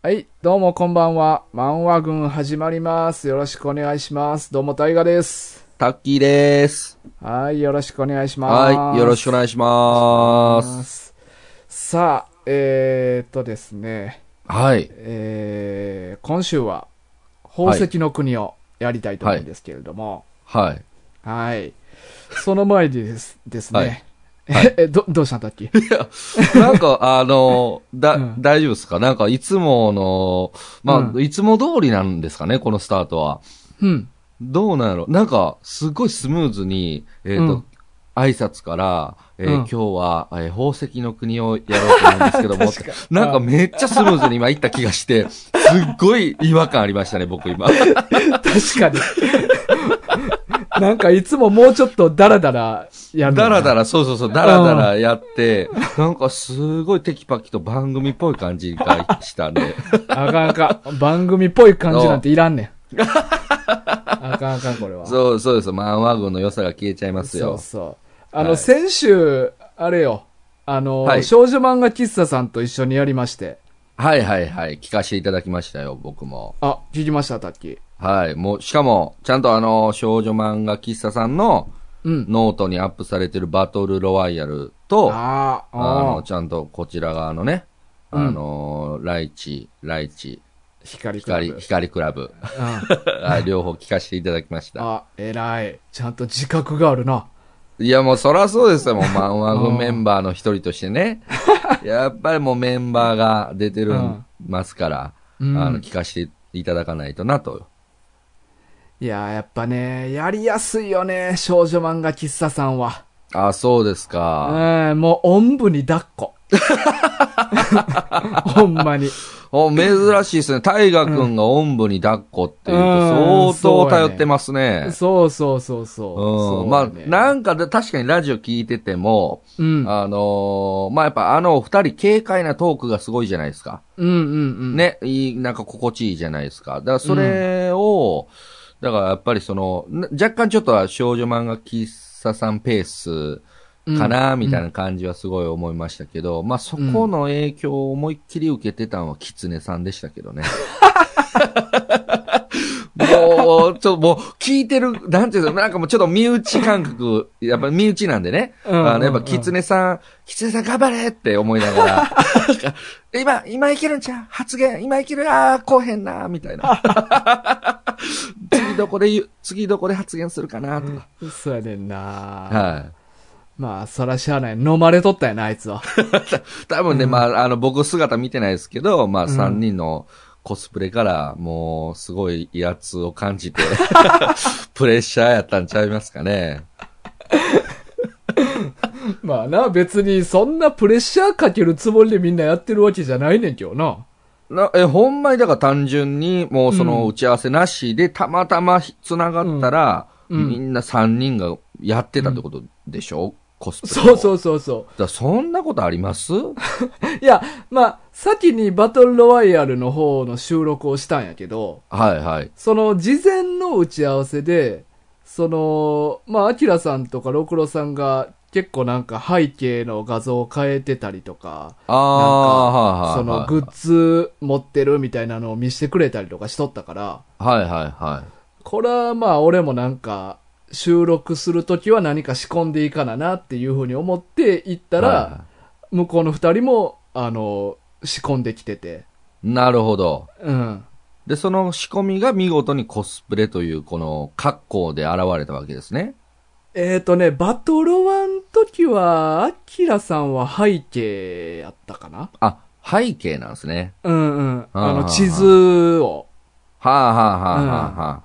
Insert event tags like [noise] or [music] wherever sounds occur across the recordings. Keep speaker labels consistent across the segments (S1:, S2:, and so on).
S1: はい、どうもこんばんは。漫画軍始まります。よろしくお願いします。どうも大河です。
S2: タッキーです。
S1: はい、よろしくお願いします。
S2: はい。よろしくお願いし
S1: お願
S2: ま。
S1: いしますす。さあ、えーっとですね、
S2: はい。
S1: えー、今週は宝石の国をやりたいと思うんですけれども、
S2: はい。 [laughs]
S1: はい。その前にですですね、
S2: はいは
S1: [laughs] え、ど、どうしたんだっ
S2: [laughs]
S1: け
S2: なんか、あの、だ、
S1: うん
S2: 大丈夫ですかなんか、いつもの、まあ、
S1: うん
S2: いつも通りなんですかねこのスタートは。
S1: うん。
S2: どうなんやろなんか、すごいスムーズに、えっ、と、
S1: うん
S2: 挨拶から、えー
S1: うん
S2: 今日は、えー宝石の国をやろうと思うんですけど
S1: [laughs]
S2: も
S1: 確か、
S2: なんかめっちゃスムーズに今行った気がして、すっごい違和感ありましたね、僕今。
S1: 確かに。 [laughs] なんかいつももうちょっとダラダラやるの
S2: だ
S1: よね。
S2: らだら、そうそうそう、だらだらやって、なんかすごいテキパキと番組っぽい感じがした
S1: [laughs]
S2: ね。
S1: あかんあかん。番組っぽい感じなんていらんねん。あかんあかん、これは。う
S2: そうそうです。漫画軍の良さが消えちゃいます
S1: そう
S2: よ。
S1: そう。あの、
S2: はい
S1: 先週、あれよ。あの、
S2: はい
S1: 少女漫画喫茶さんと一緒にやりまして。
S2: はいはいはい。聞かせていただきましたよ、僕も。
S1: あ、聞きました、タッキー。
S2: はい。もう、しかも、ちゃんとあの、少女漫画喫茶さんの
S1: うん。
S2: ノートにアップされてるバトルロワイヤルと、あ
S1: ああ、あ
S2: の、ちゃんとこちら側のね、
S1: うん
S2: あの、ライチ、ライチ、
S1: 光くん。
S2: 光、光クラブ。
S1: うん。
S2: あ両方聞かせていただきました。
S1: あ、偉い。ちゃんと自覚があるな。
S2: いや、もうそらそうですよ、もう漫画軍メンバーの一人とし
S1: [laughs]
S2: てね。やっぱりもうメンバーが出てる
S1: うん
S2: ますから、
S1: うん
S2: あの、聞かせていただかないとなと。
S1: いやー、やっぱね、やりやすいよね、少女漫画喫茶さんは。
S2: あ、そうですか。
S1: うん、もう、おんぶに抱っ
S2: [laughs]
S1: こ。ほんまに。
S2: お、珍しいですね。大河君がおんぶに抱っこっていう
S1: うん
S2: と、相
S1: そうや
S2: 当
S1: ね
S2: 頼ってますね。。
S1: そうそうそうそう。そううん
S2: まあ、
S1: ね
S2: なんかで確かにラジオ聞いてても、
S1: うん。
S2: あのーまあ、やっぱあのお二人軽快なトークがすごいじゃないですか。
S1: うんうんうん。。
S2: ね、いい、なんか心地いいじゃないですか。だからそれを、だからやっぱりその、な若干ちょっとは少女漫画喫茶さんペースかな、みたいな感じはすごい思いましたけど、まあそこの影響を思いっきり受けてたのはキツネさんでしたけどね。もう、ちょっともう、聞いてる、なんていうの、なんかもうちょっと身内
S1: [laughs]
S2: 感覚、やっぱり身内なんでね。
S1: うん
S2: あの、やっぱ、キツネさん、キツネさん頑張れって思いなが
S1: [laughs]
S2: ら、今、今いけるんちゃう発言、今いける、ああ、こうへんな、みたい
S1: [laughs]
S2: な。次どこで言う、次どこで発言するかな、とか。
S1: そうやねんな、
S2: は
S1: まあ、そらしゃあない。飲まれとったやな、あいつは。 [laughs]
S2: い。多分ね、まあ、あの、僕姿見てないですけど、まあ、3人のコスプレから、もう、すごい威圧を
S1: [laughs]
S2: 感じて、プレッシャーやったんちゃいますかね。
S1: まあな、別にそんなプレッシャーかけるつもりでみんなやってるわけじゃないねんけどな。
S2: な、え、ほんまにだから単純に、もうその打ち合わせなしで、たまたま繋がったら、
S1: うんうん
S2: みんな3人がやってたってことでしょ、コスプレを。。
S1: そうそううそうそ
S2: だからそんなことあ
S1: [laughs]
S2: ります
S1: う。いや、まあ、先にバトルロワイヤルの方の収録をしたんやけど、
S2: はいはい。
S1: その事前の打ち合わせで、その、まあ、アキラさんとかロクロさんが結構なんか背景の画像を変えてたりとか、
S2: ああ、
S1: その
S2: はいはいはい。
S1: グッズ持ってるみたいなのを見せてくれたりとかしとったから、
S2: はいはいはい。
S1: これはまあ俺もなんか収録するときは何か仕込んでいいかななっていうふうに思って行ったら、
S2: は
S1: 向こうの二人も、あの、仕込んできてて。
S2: いなるほど。
S1: うん。
S2: で、その仕込みが見事にコスプレという、この格好で現れたわけですね。
S1: えっ、ー、とね、バトロワン時は、アキラさんは背景やったかな
S2: あ、背景なんですね。
S1: うんうん。あ
S2: あ
S1: の
S2: ー
S1: 地図を。
S2: はあはあはあはあはあ。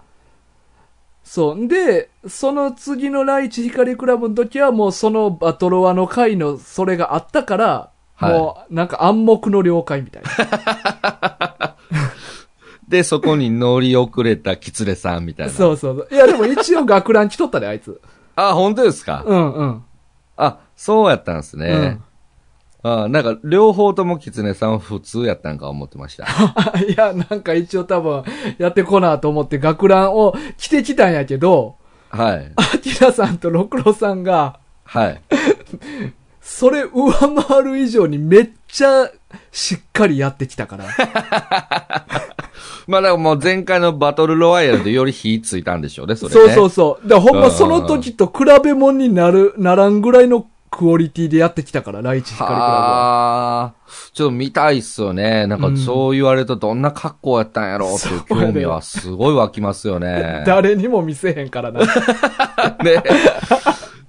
S1: そう。んで、その次のライチ光クラブの時はもうそのバトロワの回のそれがあったから、
S2: はい
S1: もうなんか暗黙の了解みたいな。
S2: [laughs] で、そこに乗り遅れたキツネさんみたいな。
S1: そうそうそう。いやでも一応学ラン来とったで、あいつ。
S2: あ、本当ですか、
S1: うんうん。 [laughs]
S2: あ、そうやったんですね。あなんか、両方ともキツネさんは普通やったんか思って
S1: [laughs]
S2: ました。
S1: いや、なんか一応多分やってこなと思って学ランを着てきたんやけど、
S2: はい。
S1: アキラさんとロクロさんが
S2: はい。
S1: それ上回る以上にめっちゃしっかりやってきたから。
S2: まあだからもう前回のバトルロワイヤルでより火ついたんでしょうね、それね。
S1: そうそうそう。だからほん
S2: う
S1: ま
S2: ん
S1: その時と比べ物になる、ならんぐらいのクオリティでやってきたから、ライチ光クラブは。
S2: はあ、ちょっと見たいっすよね。なん
S1: うん
S2: かそう言われるとどんな格好やったんやろうっていう
S1: そうや
S2: 興
S1: ね。
S2: 味はすごい湧きますよね
S1: [laughs] 誰にも見せへん
S2: [laughs]
S1: からな。
S2: ね。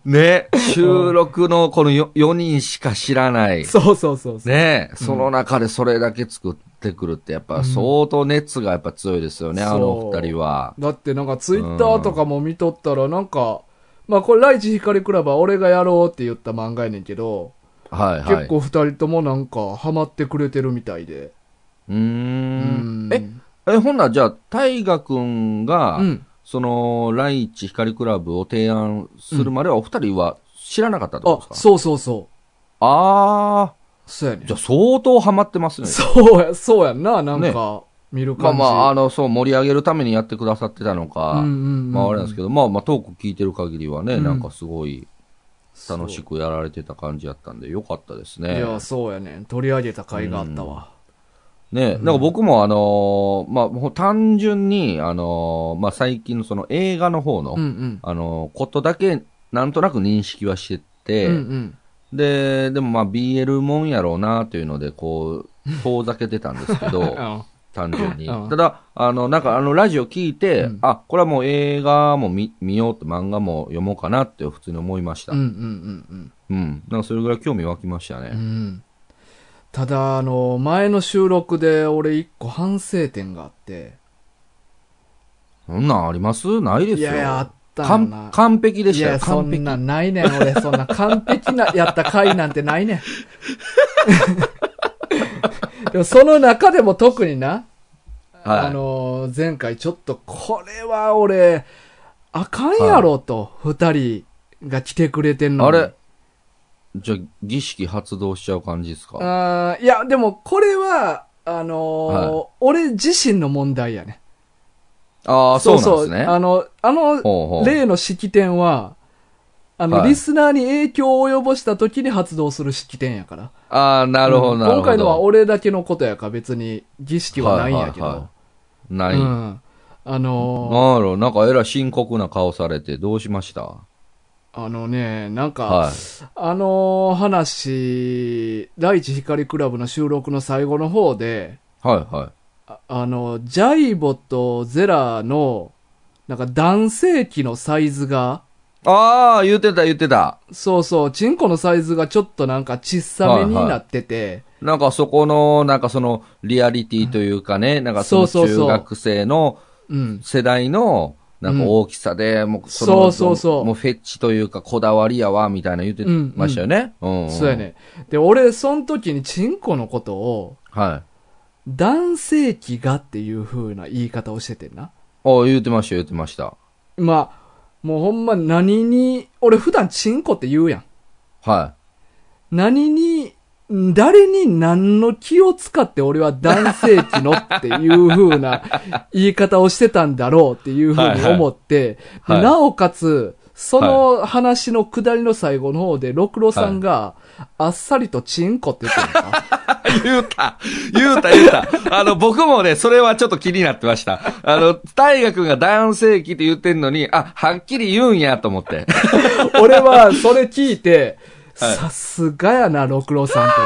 S2: ね。収録のこの 4, 人しか知らない。
S1: そうそうそうそう。
S2: ね。その中でそれだけ作ってくるってやっぱ相当熱がやっぱ強いですよね、
S1: うん
S2: あの二人は。
S1: だってなんかツイッターとかも見とったらなんか、まあこれライチ光クラブは俺がやろうって言った漫画やねんけど、
S2: はいはい。
S1: 結構二人ともなんかハマってくれてるみたいで。
S2: うーん。
S1: う
S2: え、え、ほんならじゃあ、大河くんが、
S1: うん。
S2: その、ライチ光クラブを提案するまでは、お二人は知らなかったってこ
S1: あ
S2: と、ですか
S1: そうそうそう。
S2: ああ
S1: そうやね
S2: ー、じゃあ相当ハマってますね。
S1: そうや、そうやんな、なんか、見る
S2: ま
S1: 感
S2: あ
S1: じ。
S2: まあ、あの、そう、盛り上げるためにやってくださってたのか、
S1: うんうんうん
S2: まああれなんですけど、まあまあ、トーク聞いてる限りはね、
S1: うん
S2: なんかすごい楽し
S1: く。
S2: くやられてた感じやったんで、よかったです
S1: い
S2: ね。
S1: や、そうやねん。取り上げた甲斐があったわ。
S2: ね、なんか僕もあのーまあ、もう単純に、あのーまあ最近のその映画の方の、
S1: うんうん。
S2: あのーことだけ、なんとなく認識はしてて、
S1: うんうん。
S2: で、でもまあ BL もんやろうなというので、こう、遠ざけてたんです
S1: [laughs]
S2: けど、単純に。
S1: うん
S2: ただ、あの、なんかあの、ラジオ聞いて、
S1: うん
S2: あ、これはもう映画も見見ようと漫画も読もうかなって普通に思いました。
S1: うんう
S2: うん。
S1: んうん
S2: なんかそれぐらい興味湧きました
S1: うんう
S2: ね。
S1: ん。ただ、あの、前の収録で俺一個反省点があって。
S2: そんなんありますないです
S1: い
S2: よ。
S1: やいや、あったよ
S2: 完
S1: な。
S2: 完璧で
S1: い
S2: した
S1: や、
S2: よ。
S1: そ
S2: 完
S1: ん
S2: 璧。
S1: なんないねん、俺。そんな完璧な、やった回なんてない
S2: [laughs]
S1: ねん。でも、その中でも特にな、あ
S2: はい。
S1: のー前回ちょっと、これは俺、あかんやろと、二、人が来てくれてんの
S2: あ
S1: に。
S2: れじゃあ、儀式発動しちゃう感じですか
S1: あーいや、でも、これは、あのー
S2: は
S1: 俺自身の問題やね。
S2: ああ、そうなんですね。
S1: あの、あの、
S2: ほうほう
S1: 例の式典は、あの、
S2: はい
S1: リスナーに影響を及ぼした時に発動する式典やから。
S2: ああ、なるほど、
S1: うん
S2: なるほど。
S1: 今回のは俺だけのことやから別に儀式はないんやけど。
S2: はいはいはいない。
S1: うん。あの
S2: なんやろ、なんかえらい深刻な顔されて、どうしました
S1: ーあのね、なんか、
S2: はい。
S1: あのー話、第一光クラブの収録の最後の方で、
S2: はいはい。
S1: ああの、ジャイボとゼラの、なんか男性器のサイズが、
S2: ああ、言ってた言ってた。
S1: そうそう、チンコのサイズがちょっとなんか小さめになってて、
S2: なんかそこの、なんかその、リアリティというかね、なんかその
S1: そうそう
S2: 中
S1: そう
S2: 学生の
S1: うん。
S2: 世代の、なんか大きさで、もうの
S1: そうそうそう
S2: もうフェッチというかこだわりやわ、みたいな言ってましたよね。うん、うん
S1: そうや。ね。で、俺、その時にチンコのことを、
S2: はい。
S1: 男性器がっていう風な言い方をしててんな。
S2: お言ってました言ってました。
S1: まあ、もうほんま何に、俺普段チンコって言うやん。
S2: は
S1: 何に、誰に何の気を使って俺は男性器のっていう風な言い方をしてたんだろうっていう風に思って、
S2: はいはいは
S1: な
S2: い
S1: おかつ、その話の下りの最後の方で、六郎さんが、あっさりとチンコって言ってたのか。
S2: い。 [laughs] 言うた言うた言うた。あの、僕もね、それはちょっと気になってました。あの、大河君が男性器って言ってんのに、あ、はっきり言うんやと思って。 [laughs]
S1: 俺はそれ聞いて、
S2: はい
S1: さすがやな、六郎さんと思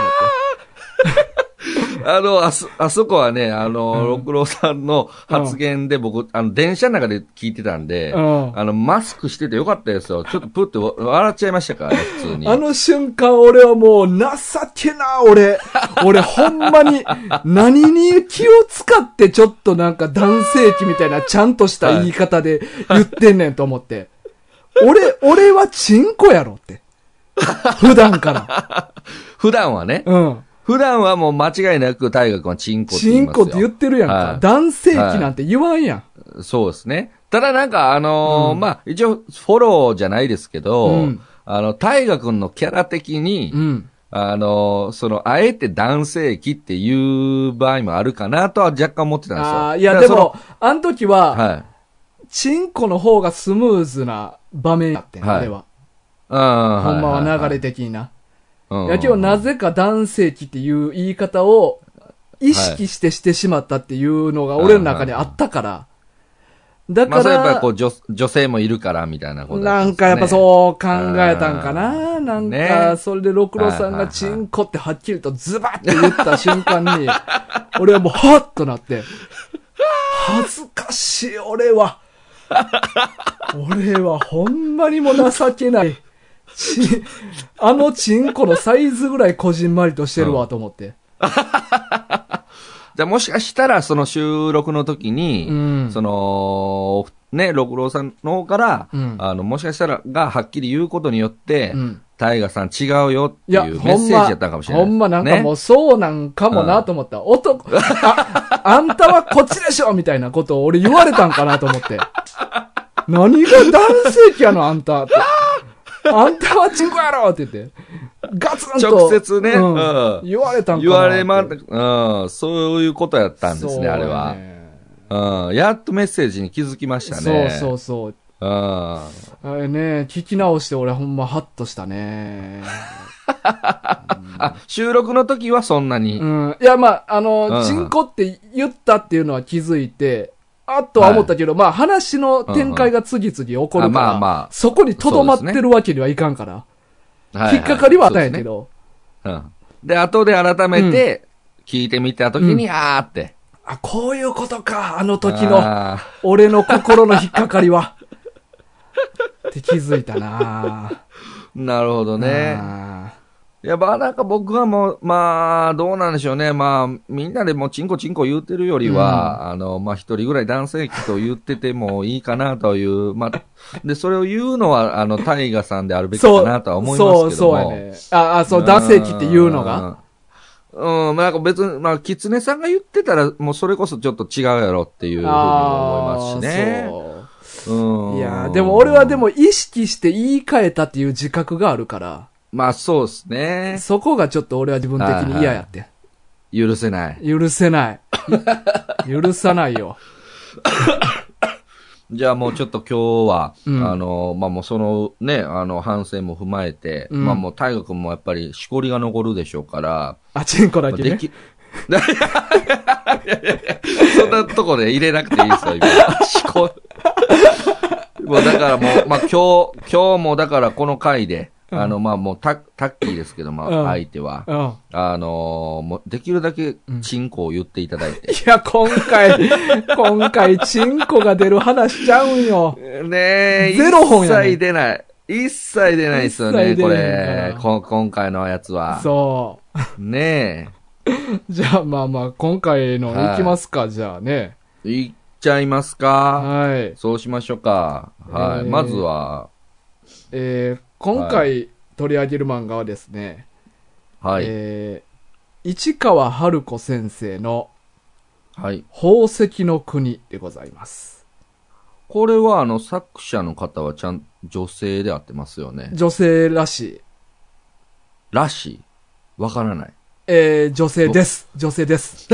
S1: って。
S2: あの、あそ、あそこはね、あの、
S1: うん
S2: 六郎さんの発言で僕、あの、電車の中で聞いてたんで、
S1: うん
S2: あの、マスクしててよかったですよ。ちょっとプってわ笑っちゃいましたからね、普通に。
S1: あの瞬間俺はもう情けな、俺。俺ほんまに何に気を使ってちょっとなんか男性器みたいなちゃんとした言い方で言ってんねんと思って。俺、俺はチンコやろって。普段から。
S2: 普段はね、
S1: うん。
S2: 普段はもう間違いなく大学はチンコって言
S1: チ
S2: い
S1: ン
S2: ますよ
S1: コって言ってるやんか。
S2: はい
S1: 男性器なんて言わんやん。
S2: そうですね。ただなんか、あのー
S1: うん
S2: まあ、一応、フォローじゃないですけど、
S1: うん
S2: あの、大河君のキャラ的に、
S1: うん。
S2: あのーその、あえて男性器っていう場合もあるかなとは若干思ってたんですよ。
S1: ああ、いや
S2: だ
S1: で
S2: からその
S1: も、、あの時は、
S2: はい。
S1: チンコの方がスムーズな場面やってん、
S2: はい
S1: あれは。
S2: うん、ほ
S1: ほんまは流れ的にな。
S2: うん
S1: やけどなぜか男性器っていう言い方を意識してしてしまったっていうのが俺の中にあったから。だ
S2: ま
S1: か
S2: あ、それやっぱり
S1: ら
S2: こ、う女、女性もいるから、みたいなことだ
S1: な
S2: た
S1: ん
S2: ですね
S1: かやっぱそう考えたんかな。
S2: うん
S1: なん
S2: ね
S1: か、それで六郎さん
S2: はいはいは
S1: が
S2: い
S1: チンコってはっきりとズバって言った瞬間に、 [laughs] 俺はもうハッとなって、恥ずかしい俺は。俺はほんまにもう情けない。ちあのチンコのサイズぐらいこじんまりとしてるわと思って。
S2: じゃあもしかしたら、その収録の時に、
S1: うん
S2: その、ね、六郎さんの方から、
S1: うん
S2: あの、もしかしたら、がはっきり言うことによって、
S1: うん
S2: タイガさん違うよって
S1: い
S2: い
S1: や、
S2: うメ
S1: ほ
S2: ッ
S1: ん
S2: セー
S1: ま
S2: ジやったのかもし、れない
S1: ほ
S2: です。
S1: んまなんかもうそうなんかもなと思った。男、あ、あんたはこっちでしょみたいなことを俺言われたんかなと思って。何が男性器やのあんたって。あんたはチンコやろって言って。ガツンと。
S2: 直接ね
S1: うん
S2: うん
S1: 言われたんかなって。
S2: 言われま、うん、そういうことやったんです
S1: そう
S2: ね、
S1: や
S2: あれは。うん、やっとメッセージに気づきました
S1: そう
S2: ね。。
S1: そううそう。
S2: うん。
S1: あれね、聞き直して俺ほんまハッとしたね。
S2: あ、収録の時はそんなに。
S1: うん。いや、まあ、あ
S2: うんう
S1: の、
S2: ん
S1: チンコって言ったっていうのは気づいて、あっとは思ったけど、まあ、話の展開が次々起こるから、
S2: うんうんあまあまあ
S1: そこに留まってるわけにはいかんから、
S2: はいはい
S1: 引っかかりはあったんやけ。ど、
S2: そうですねうん。で、後で改めて、聞いてみた時に、あーって。
S1: あ、こういうことか、あの時の、
S2: あー
S1: 俺の心の引っかかりは。って気づいたな
S2: なるほど
S1: ぁ
S2: ね。
S1: あ
S2: いや、まあなんか僕はもう、まあ、どうなんでしょうね。まあ、みんなでもうチンコチンコ言うてるよりは、あの、まあ一人ぐらい男性器と言っててもいいかなという、まあ、で、それを言うのは、あの、タイガさんである
S1: ー
S2: べき
S1: そ
S2: か
S1: う、
S2: なとは思いますけども。
S1: そう、そうやね。あ、あ、そう、男性器っていうのが。
S2: うん、うん、まあなんか別に、まあ、キツネさんが言ってたら、もうそれこそちょっと違うやろっていうふうにも思います
S1: あ
S2: し
S1: ー
S2: ね。
S1: そう
S2: うん。
S1: いやーでも俺はで、も意識して言い換えたっていう自覚があるから、
S2: まあそうですね。
S1: そこがちょっと俺は自分的に嫌やって。
S2: 許せない。
S1: 許せない。許さないよ。
S2: じゃあもうちょっと今日は、
S1: うん
S2: あの、まあもうそのね、あの反省も踏まえて、
S1: うん
S2: まあもう大河君もやっぱりしこりが残るでしょうから、
S1: あ、チンコだけ
S2: で
S1: ね。
S2: き、 [laughs] いやいやいやそんなとこで入れなくていいですよ、
S1: [laughs]
S2: 今。しこ、もうだからもう、まあ今日、今日もだからこの回で、あのまあもうタタッキーですけど、ま
S1: うん
S2: あ相手は、
S1: うん。
S2: あのもうできるだけチンコを言っていただいて、
S1: いや、今回、
S2: [laughs]
S1: 今回、チンコが出る話しちゃうんよ。
S2: ねえ、
S1: ゼロ本やね
S2: 一切出ない。一切出ないですよね、
S1: 一切
S2: こ
S1: 出ないか
S2: れ
S1: ら
S2: こ。今回のやつは。
S1: そ
S2: ね
S1: う。じゃあ、まあまあ、今回の
S2: はい
S1: いきますか、じゃあね。
S2: え。いっちゃいますか、
S1: はい。
S2: そうしましょうか。はい。
S1: えー
S2: まずは、
S1: えー、今
S2: は
S1: 回取り上げる漫画はですね、
S2: はい。
S1: えー、市川春子先生の
S2: はい。
S1: 宝石の国でございます。
S2: これは、あの、作者の方はちゃん、女性であってますよね。
S1: 女性らしい。
S2: らしい。わから
S1: [laughs]
S2: ない。
S1: えー、女性です。女性です。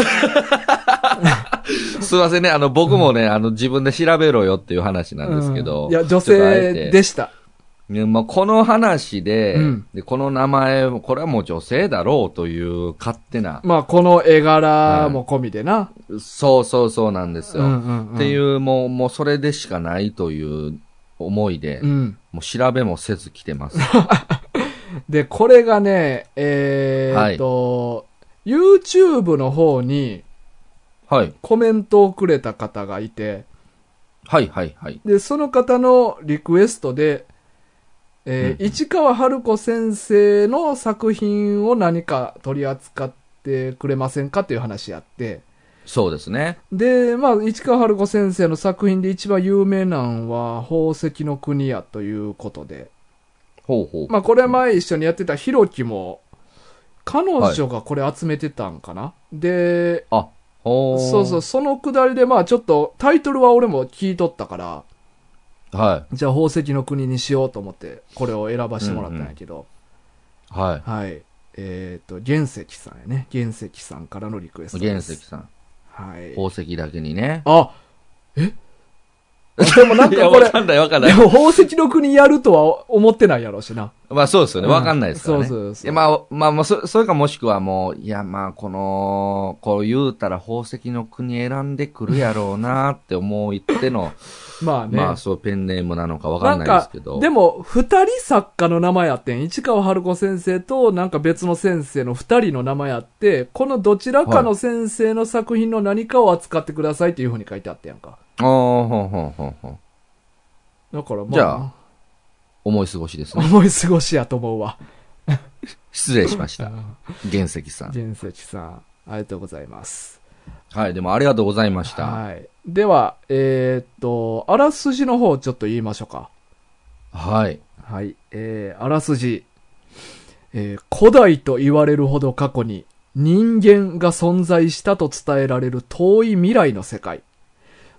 S2: すいませんね。あの、僕もね、あの、自分で調べろよっていう話なんですけど。
S1: うんいや、女
S2: ちょっとあえ
S1: 性
S2: て
S1: でした。
S2: ねまあ、この話で,、
S1: うん
S2: で、この名前、これはもう女性だろうという勝手な、
S1: まあ、この絵柄も込みでな。
S2: そうそうそうなんですよ。
S1: ん。
S2: っていうう、もう、もうそれでしかないという思いで、
S1: うん。
S2: もう調べもせず来てます。 [laughs]
S1: で、これがね、えーっと、YouTube の方に
S2: はい。
S1: コメントをくれた方がいて、
S2: はいはいはい。
S1: で、その方のリクエストで、えー
S2: うん
S1: 市川春子先生の作品を何か取り扱ってくれませんかっていう話やって、
S2: そうですね。
S1: で、まあ、市川春子先生の作品で一番有名なのは、宝石の国やということで。
S2: ほうほう。
S1: まあ、これ前一緒にやってたひろきも、彼女がこれ集めてたんかな、で、
S2: あ、ほう。
S1: そうそう、そのくだりで、まあ、ちょっと、タイトルは俺も聞いとったから、
S2: は
S1: じゃあ宝石の国にしようと思って、これを選ばしてもらったんやけど、
S2: い。は
S1: はい。えっ、と、原石さんやね。原石さんからのリクエス
S2: い。
S1: トで
S2: 原
S1: す。
S2: 石さん。
S1: はい。
S2: [laughs] 宝石だけにね。
S1: あ、えでもなん
S2: い
S1: か
S2: や、
S1: こ
S2: わ
S1: れ、
S2: かんないわかんな
S1: で
S2: い。
S1: も宝石の国やるとは思ってないやろうしな。
S2: まあそうですよね。
S1: うん
S2: わかんないですからね。
S1: そうそうそう
S2: いや、まあ、まあ、まあ、そ、それかもしくはもう、いや、まあ、この、こう言うたら宝石の国選んでくるやろうなって思いっての、
S1: ま [laughs] あね。
S2: まあそうペンネームなのかわかんないですけ
S1: な
S2: ど。
S1: んか、でも、二人作家の名前やってん。市川春子先生と、なんか別の先生の二人の名前やって、このどちらかの先生の作品の何かを扱ってくださいっていうふうに書いてあったやんか。
S2: おーほんほんほんほん。
S1: だからまあ、
S2: じゃ思い過ご
S1: [laughs]
S2: しですね。
S1: 思い過ごしやと思うわ。
S2: 失礼しました。原石さん。
S1: 人石さん、ありがとうございます。
S2: はい、でもありがとうございました。はい。
S1: はい。では、えーっと、あらすじの方ちょっと言いましょうか。はい。えー、あらすじ。えー古代と言われるほど過去に人間が存在したと伝えられる遠い未来の世界。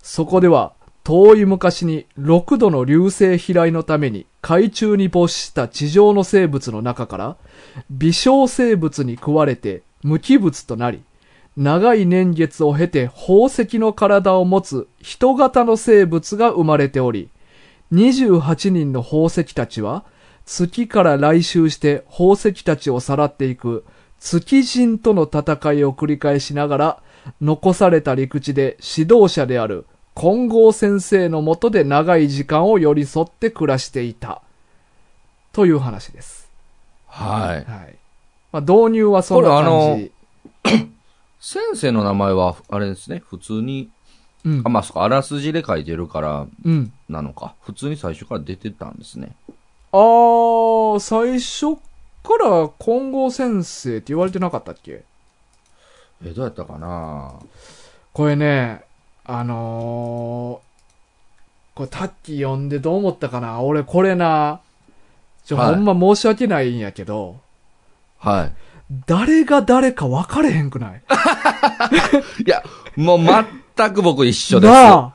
S1: そこでは遠い昔に6度の流星飛来のために海中に没した地上の生物の中から微小生物に食われて無機物となり、長い年月を経て宝石の体を持つ人型の生物が生まれており、28人の宝石たちは、月から来襲して宝石たちをさらっていく月人との戦いを繰り返しながら、残された陸地で指導者である金剛先生のもとで長い時間を寄り添って暮らしていた。という話です。
S2: はい。
S1: はい。まあ導入はそんな感じ。
S2: これあの先生の名前は、あれですね、普通に、
S1: うん
S2: あ、。まあ、そっか、あらすじで書いてるから、
S1: うん。
S2: なのか。普通に最初から出てたんですね。
S1: あー、最初から金剛先生って言われてなかったっけ
S2: え、どうやったかな
S1: これね、あのー、これタッキー読んでどう思ったかな俺これな、ちょ、
S2: はい
S1: ほんま申し訳ないんやけど、
S2: は
S1: 誰が誰か分かれへんくない
S2: い。いや、もう全く僕一緒です。
S1: な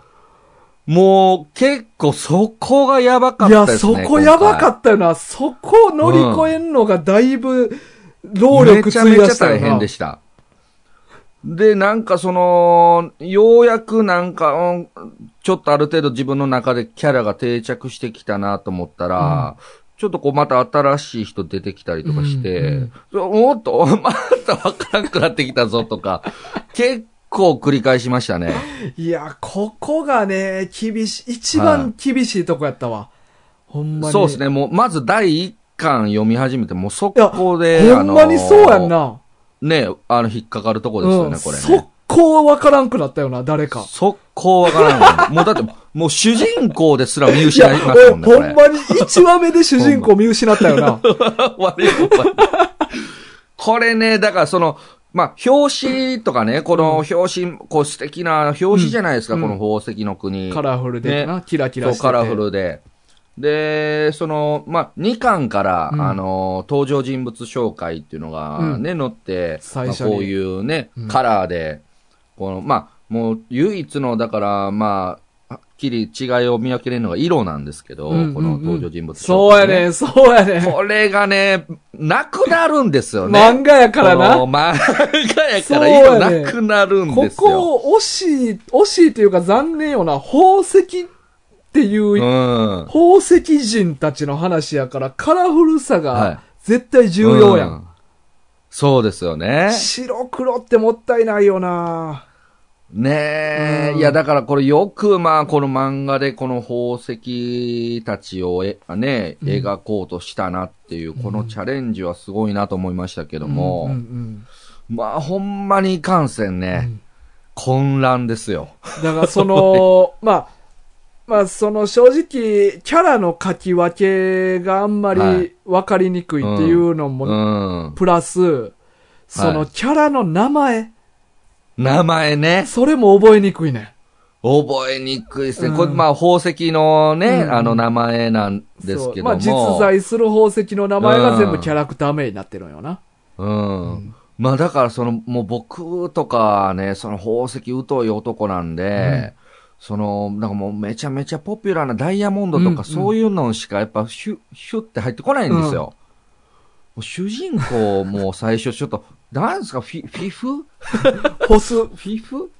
S2: もう結構そこがやばか
S1: あ、
S2: っ
S1: い
S2: た
S1: や、
S2: です
S1: そ
S2: ね。
S1: こやばか
S2: っ
S1: ったよな。そこを乗り越えんのがだいぶ、労力
S2: めちゃ
S1: 費
S2: めち
S1: や
S2: ゃ
S1: したよ
S2: 大
S1: な。
S2: 変でした。で、なんかその、ようやくなんか、うんちょっとある程度自分の中でキャラが定着してきたなと思ったら、ちょっとこうまた新しい人出てきたりとかして、
S1: うん
S2: おっと、 [laughs] またわからんくなってきたぞとか、結構繰り返しましたね。
S1: いや、ここがね、厳しい、一番厳しいとこやったわ。ほんまに。
S2: そうですね。もう、まず第一巻読み始めて、もう速攻で、
S1: ほんまにそうやん
S2: あの
S1: な。
S2: ね、あの、引っかかるとこですよね、
S1: うん
S2: これね。
S1: 速攻分からんくなったよな、誰か。
S2: 速攻わからないもん。もうだって、もう主人公ですら見
S1: い
S2: 失
S1: や、
S2: いますもんね、
S1: 俺
S2: こ
S1: [laughs] ほ
S2: れ [laughs]
S1: ん。まに1話目で主人公見失ったよな。
S2: 悪いことこれね、だからその、まあ、表紙とかね、この表紙、こう素敵な表紙じゃないですか、
S1: うん
S2: この宝石の国。
S1: [laughs] カラフルでな、キラキラ
S2: そう
S1: してて。
S2: カラフルで。で、その、まあ、2巻から、
S1: うん
S2: あの、登場人物紹介っていうのがね、載って、
S1: 最初に
S2: まあこういうね
S1: うん、
S2: カラーで、この、まあ、もう唯一の、だから、まあ、はっきり違いを見分けれるのが色なんですけど、
S1: うんうんうん
S2: この登場人物
S1: そうやね
S2: ね。
S1: ん、そうやねん。
S2: これがね、なくなるんですよね。
S1: 漫画やから
S2: この
S1: な。
S2: 漫画や
S1: そ
S2: か
S1: う
S2: ら
S1: や
S2: 色
S1: ね
S2: なくなるん
S1: こ
S2: ですよ。
S1: こ、惜しい、惜しいというか残念よな。宝石っていう、
S2: うん。
S1: 宝石人たちの話やから、カラフルさ
S2: はい
S1: が絶対重要や。
S2: うんそうですよね。
S1: 白黒ってもったいないよな。
S2: ねえ、
S1: うん
S2: いや、だからこれよく、まあ、この漫画でこの宝石たちをえ、ね、
S1: うん
S2: 描こうとしたなっていう、このチャレンジはすごいなと思いましたけども、
S1: うんうん
S2: まあ、ほんまにいかんせん
S1: うん
S2: ね、
S1: うん
S2: 混乱ですよ。
S1: だからその、まあ、まあその正直、キャラの書き分けがあんま
S2: は
S1: り
S2: い
S1: 分かりにくいっていうの
S2: う
S1: も、
S2: ん。
S1: プラス、その
S2: はい
S1: キャラの名前、
S2: 名前ね、
S1: それも覚えにくいね。
S2: 覚えにくいですね。
S1: うん
S2: これ、まあ、宝石のね、
S1: うん
S2: あの名前なんですけども。
S1: そうまあ実在する宝石の名前が全部キャラクター名になってるんよな。
S2: うん。まあだからその、もう僕とかね、その宝石疎い男なんで、その、なんかもうめちゃめちゃポピュラーなダイヤモンド
S1: う
S2: と
S1: んうん
S2: かそういうのしかやっぱヒュッ、ヒュッって入ってこないんですよ。もう主人公も最初ちょっと、なんですか、フィ、フィフフ
S1: フォス、フ
S2: ィフ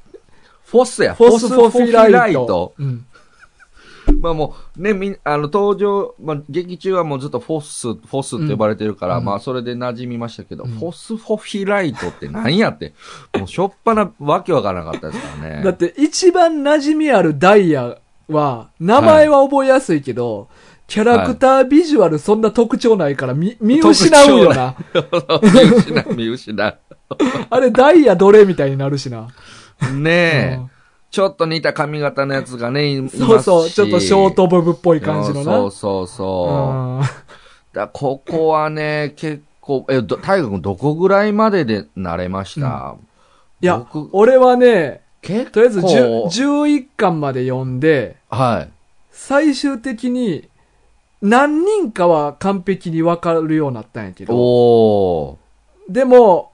S2: フォスや、
S1: ォスフォフィライト。うん
S2: まあもう、ね、みん、あの、登場、まあ、劇中はもうずっとフォス、フォスって呼ばれてるから、まあ、それで馴染みましたけど、フォスフォフィライトって何やって、もう、しょっぱな、わけわからなかったですからね。
S1: [laughs] だって一番馴染みあるダイヤは、名前は覚えやすいけど、キャラクタービジュアルそんな特徴ないから見見失うよな。
S2: 見 [laughs] 失う、見失
S1: あれダイヤどれみたいになるしな。
S2: う。ねえ、
S1: うん
S2: ちょっと似た髪型のやつがね、いいますし
S1: そうそう、ちょっとショートボブっぽい感じのな。
S2: そうそうそ
S1: うん
S2: う。だここはね、結構、え、ど大河君どこぐらいまでで慣れました、
S1: いや
S2: 僕、
S1: 俺はね、
S2: 結構
S1: とりあえず10 11巻まで読んで、
S2: はい。
S1: 最終的に何人かは完璧に分かるようになったんやけど、
S2: おー。
S1: でも、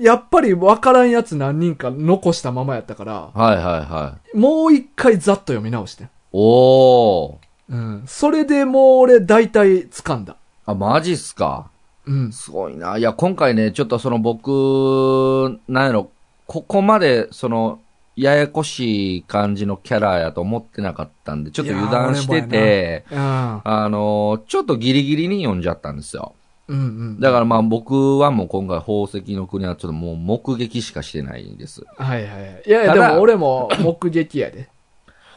S1: やっぱり分からんやつ何人か残したままやったから、
S2: はいはいはい。
S1: もう一回ざっと読み直して。
S2: おー。
S1: うん。それでもう俺大体掴んだ。
S2: あ、マジっすか。
S1: うん。
S2: すごいな。いや、今回ね、ちょっとその僕、なんやろ、ここまで、その、ややこしい感じのキャラやと思ってなかったんで、ちょっと油断して
S1: いやー
S2: て、
S1: うん。
S2: あのー、ちょっとギリギリに読んじゃったんですよ。
S1: うんうん。
S2: だからまあ僕はもう今回宝石の国はちょっともう目撃しかしてないんです。
S1: はいはいはい。いやいや、
S2: た
S1: で
S2: だ
S1: も俺も目撃やで。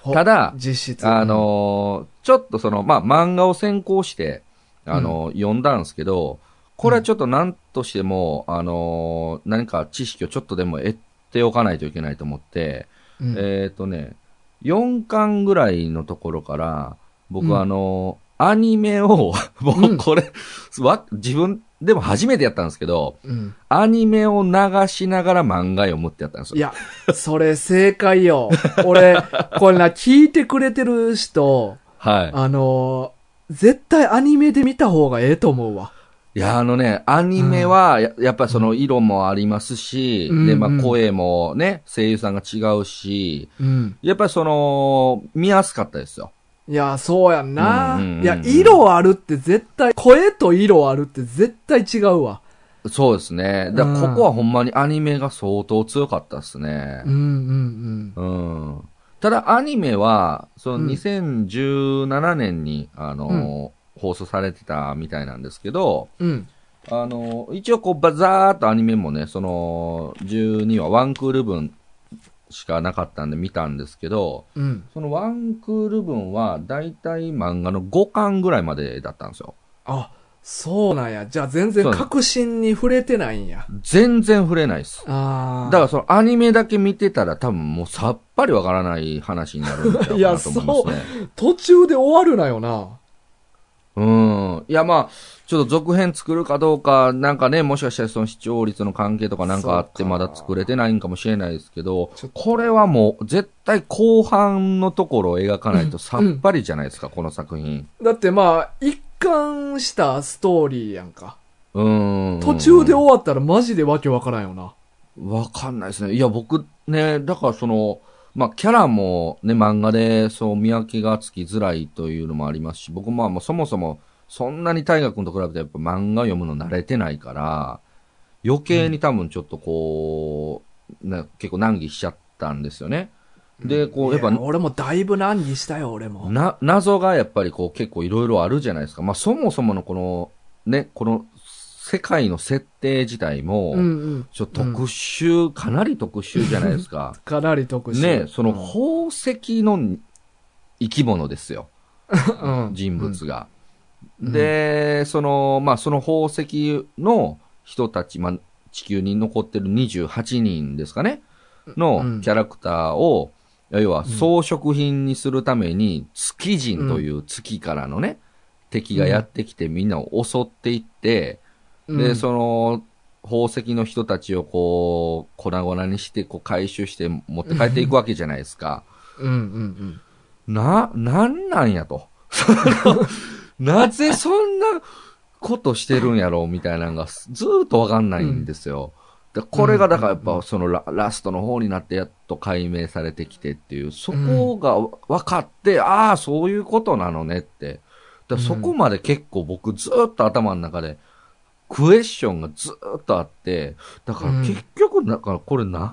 S1: ほ
S2: ただ
S1: 実質。
S2: あ、のーちょっとその、まあ漫画を先行して、あのー読んだんですけど、これはちょっと何としても、あのー何か知識をちょっとでも得ておかないといけないと思って、
S1: うん、
S2: えっ、とね、4巻ぐらいのところか
S1: う
S2: ら、僕
S1: ん
S2: あのーアニメを、 [laughs] もうこれ、わ自分でも初めてやったんですけど、
S1: うん。
S2: アニメを流しながら漫画読むってやったんです
S1: い
S2: よ。
S1: や、それ正解
S2: [laughs]
S1: よ。俺、これな、聞いてくれてる人、
S2: はい。
S1: あのー絶対アニメで見た方がええと思うわ。
S2: いや、あのね、アニメはや、やっぱりその色もありますし、
S1: うん
S2: で、ま
S1: う
S2: あ
S1: ん
S2: 声もね、声優さんが違うし、
S1: うん。
S2: やっぱりその、見やすかったですよ。
S1: いや、そうやんな。
S2: うんうんうんうん
S1: いや、色あるって絶対、声と色あるって絶対違うわ。
S2: そうですね。だから
S1: うん
S2: ここはほんまにアニメが相当強かったですね
S1: うん。うん
S2: うん。ただアニメは、そ
S1: うん
S2: の2017年に、あの、放送されてたみたいなんですけど、
S1: うん。うん。
S2: あの、一応こう、ばざーっとアニメもね、その、12話、ワンクール分しかなかったんで見たんですけど、
S1: うん。
S2: そのワンクール分は、だいたい漫画の5巻ぐらいまでだったんですよ。
S1: あ、そうなんや。じゃあ全然
S2: そうなん
S1: 確信に触れてないんや。
S2: 全然触れないです。
S1: ああ。
S2: だからそのアニメだけ見てたら多分もうさっぱりわからない話になるんちゃうかなと思いますね。
S1: 途中で終わるなよな。
S2: うん。いや、まあ、ちょっと続編作るかどうか、なんかね、もしかしたらその視聴率の関係とかなんかあっ
S1: そ
S2: て、
S1: うか
S2: まだ作れてないんかもしれないですけど
S1: ちょっ、と
S2: これはもう、絶対後半のところを描かないとさっぱりじゃないですか、この作品。
S1: だってまあ、一貫したストーリーやんか。
S2: うん。
S1: 途中で終わったらマジでわけわからんよな。
S2: わかんないですね。いや、僕ね、だからその、まあ、キャラもね、漫画で、そう、見分けがつきづらいというのもありますし、僕まあ、もうそもそも、そんなに大河君と比べてやっぱ漫画読むの慣れてないから、余計に多分ちょっとこう、な結構難儀しちゃったんですよね。で、こう、やっぱ
S1: い、俺もだいぶ難儀したよ、俺も。
S2: な、謎がやっぱりこう結構いろいろあるじゃないですか。まあ、そもそものこの、ね、この世界の設定自体も、
S1: うんうん。
S2: ちょっと特殊、かなり特殊じゃないですか。
S1: かなり特殊。
S2: ね、その
S1: うん
S2: 宝石の生き物ですよ、
S1: うん
S2: 人物が。
S1: うん
S2: で、その、まあ、その宝石の人たち、まあ、地球に残ってる28人ですかね、
S1: う
S2: の
S1: ん
S2: キャラクターを、要は
S1: ん
S2: 装飾品にするために、月人という月からのね、敵がやってきてみんなを襲っていって、
S1: う
S2: で、
S1: ん
S2: その、宝石の人たちをこう、粉々にして、こう回収して持って帰っていくわけじゃないですか。
S1: うんうん
S2: な、なんなんやと。 [laughs] そのなぜそんなことしてるんやろうみたいなのがすずーっとわかんないんですよ。でこれがだからやっぱそのララストの方になってやっと解明されてきてっていう、そこが分かって、ああ、そういうことなのねって。だからそこまで結構僕ずーっと頭の中で、クエスチョンがずーっとあって、だから結局、だから [laughs] これ何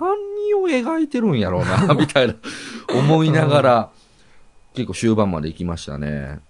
S2: を描いてるんやろうな、みたいな思いながら、結構終盤まで行きましたね。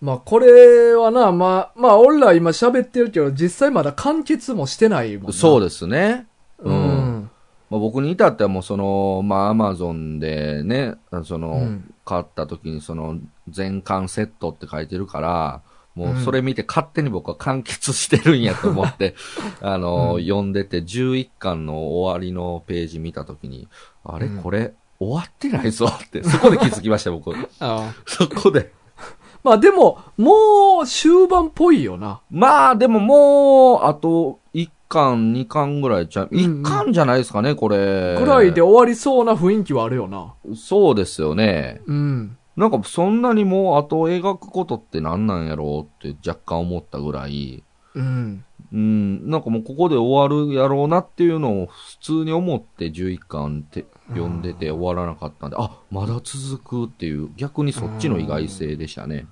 S1: まあこれはな、まあ、まあ俺ら今喋ってるけど、実際まだ完結もしてないもんな。
S2: そう
S1: で
S2: ですね。
S1: う
S2: うん
S1: ん。
S2: まあ、僕に至ってはもうその、まあ、アマゾンでね、あその、
S1: うん
S2: 買った時にその、全巻セットって書いてるから、もううんそれ見て勝手に僕は完結してるんやと
S1: [laughs]
S2: 思って、あの、
S1: うん
S2: 読んでて11巻の終わりのページ見た時に、あれ、
S1: うん
S2: これ、終わってないぞって、そこで気づきました、僕。
S1: あ
S2: そこで。
S1: あまあでも、もう終盤っぽいよな。
S2: まあ、でももう、あと、1巻、2巻ぐらいじゃ、
S1: んうん
S2: 1巻じゃないですかね、これ。
S1: ぐらいで終わりそうな雰囲気はあるよな。
S2: そうですよね。
S1: うん。
S2: なんかそんなにもう後を描くことって何なんやろうって若干思ったぐらい、
S1: うん。
S2: うん、なんかもうここで終わるやろうなっていうのを普通に思って11巻って読んでて終わらなかったんで、あ、まだ続くっていう、逆にそっちの意外性でしたね。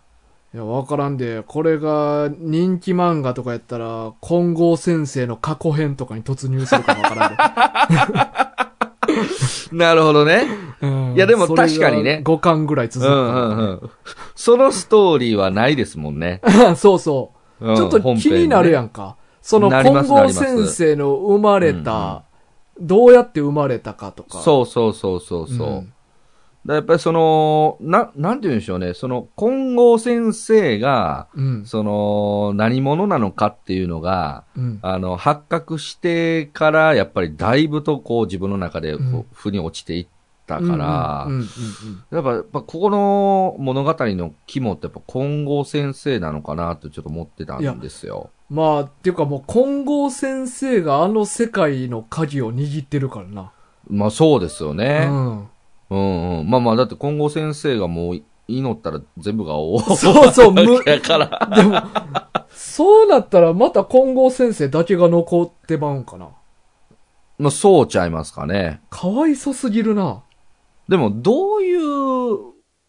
S1: いや、わからんで、これが人気漫画とかやったら、金剛先生の過去編とかに突入するかもわからんで。
S2: なるほどね。
S1: [laughs] うん
S2: いやでも確かにね
S1: 5巻ぐらい
S2: うん
S1: 続く
S2: う
S1: か
S2: んうん。そのストーリーはないですもんね。
S1: ら、 [laughs] そうそう。
S2: うん
S1: ちょっと気になるや
S2: 本編ね
S1: んか。その
S2: なり
S1: 金
S2: ますな
S1: 剛
S2: ります
S1: 先生の生まれた、どうやって生まれたかとか。
S2: そうそうそうそうそう。
S1: うん
S2: だからやっぱりその、な、なんて言うんでしょうね。その、金剛先生が、
S1: うん。
S2: その、何者なのかっていうのが、
S1: うん。
S2: あの、発覚してから、やっぱりだいぶとこう自分の中でこう、
S1: うん
S2: 腑に落ちていったから、
S1: うんうんうん
S2: やっぱ、やっぱここの物語の肝ってやっぱ金剛先生なのかなってちょっと思ってたんですよ。
S1: まあ、っていうかもう金剛先生があの世界の鍵を握ってるからな。
S2: まあそうですよね
S1: う。ん。
S2: うん、うん、まあまあ、だって金剛先生がもう祈ったら全部が終わ
S1: そう
S2: [laughs]
S1: そう、む、
S2: るから。
S1: でも、そうなったらまた金剛先生だけが残ってまうんかな。
S2: まあそうちゃいますかね。
S1: かわいそすぎるな。
S2: でも、どういう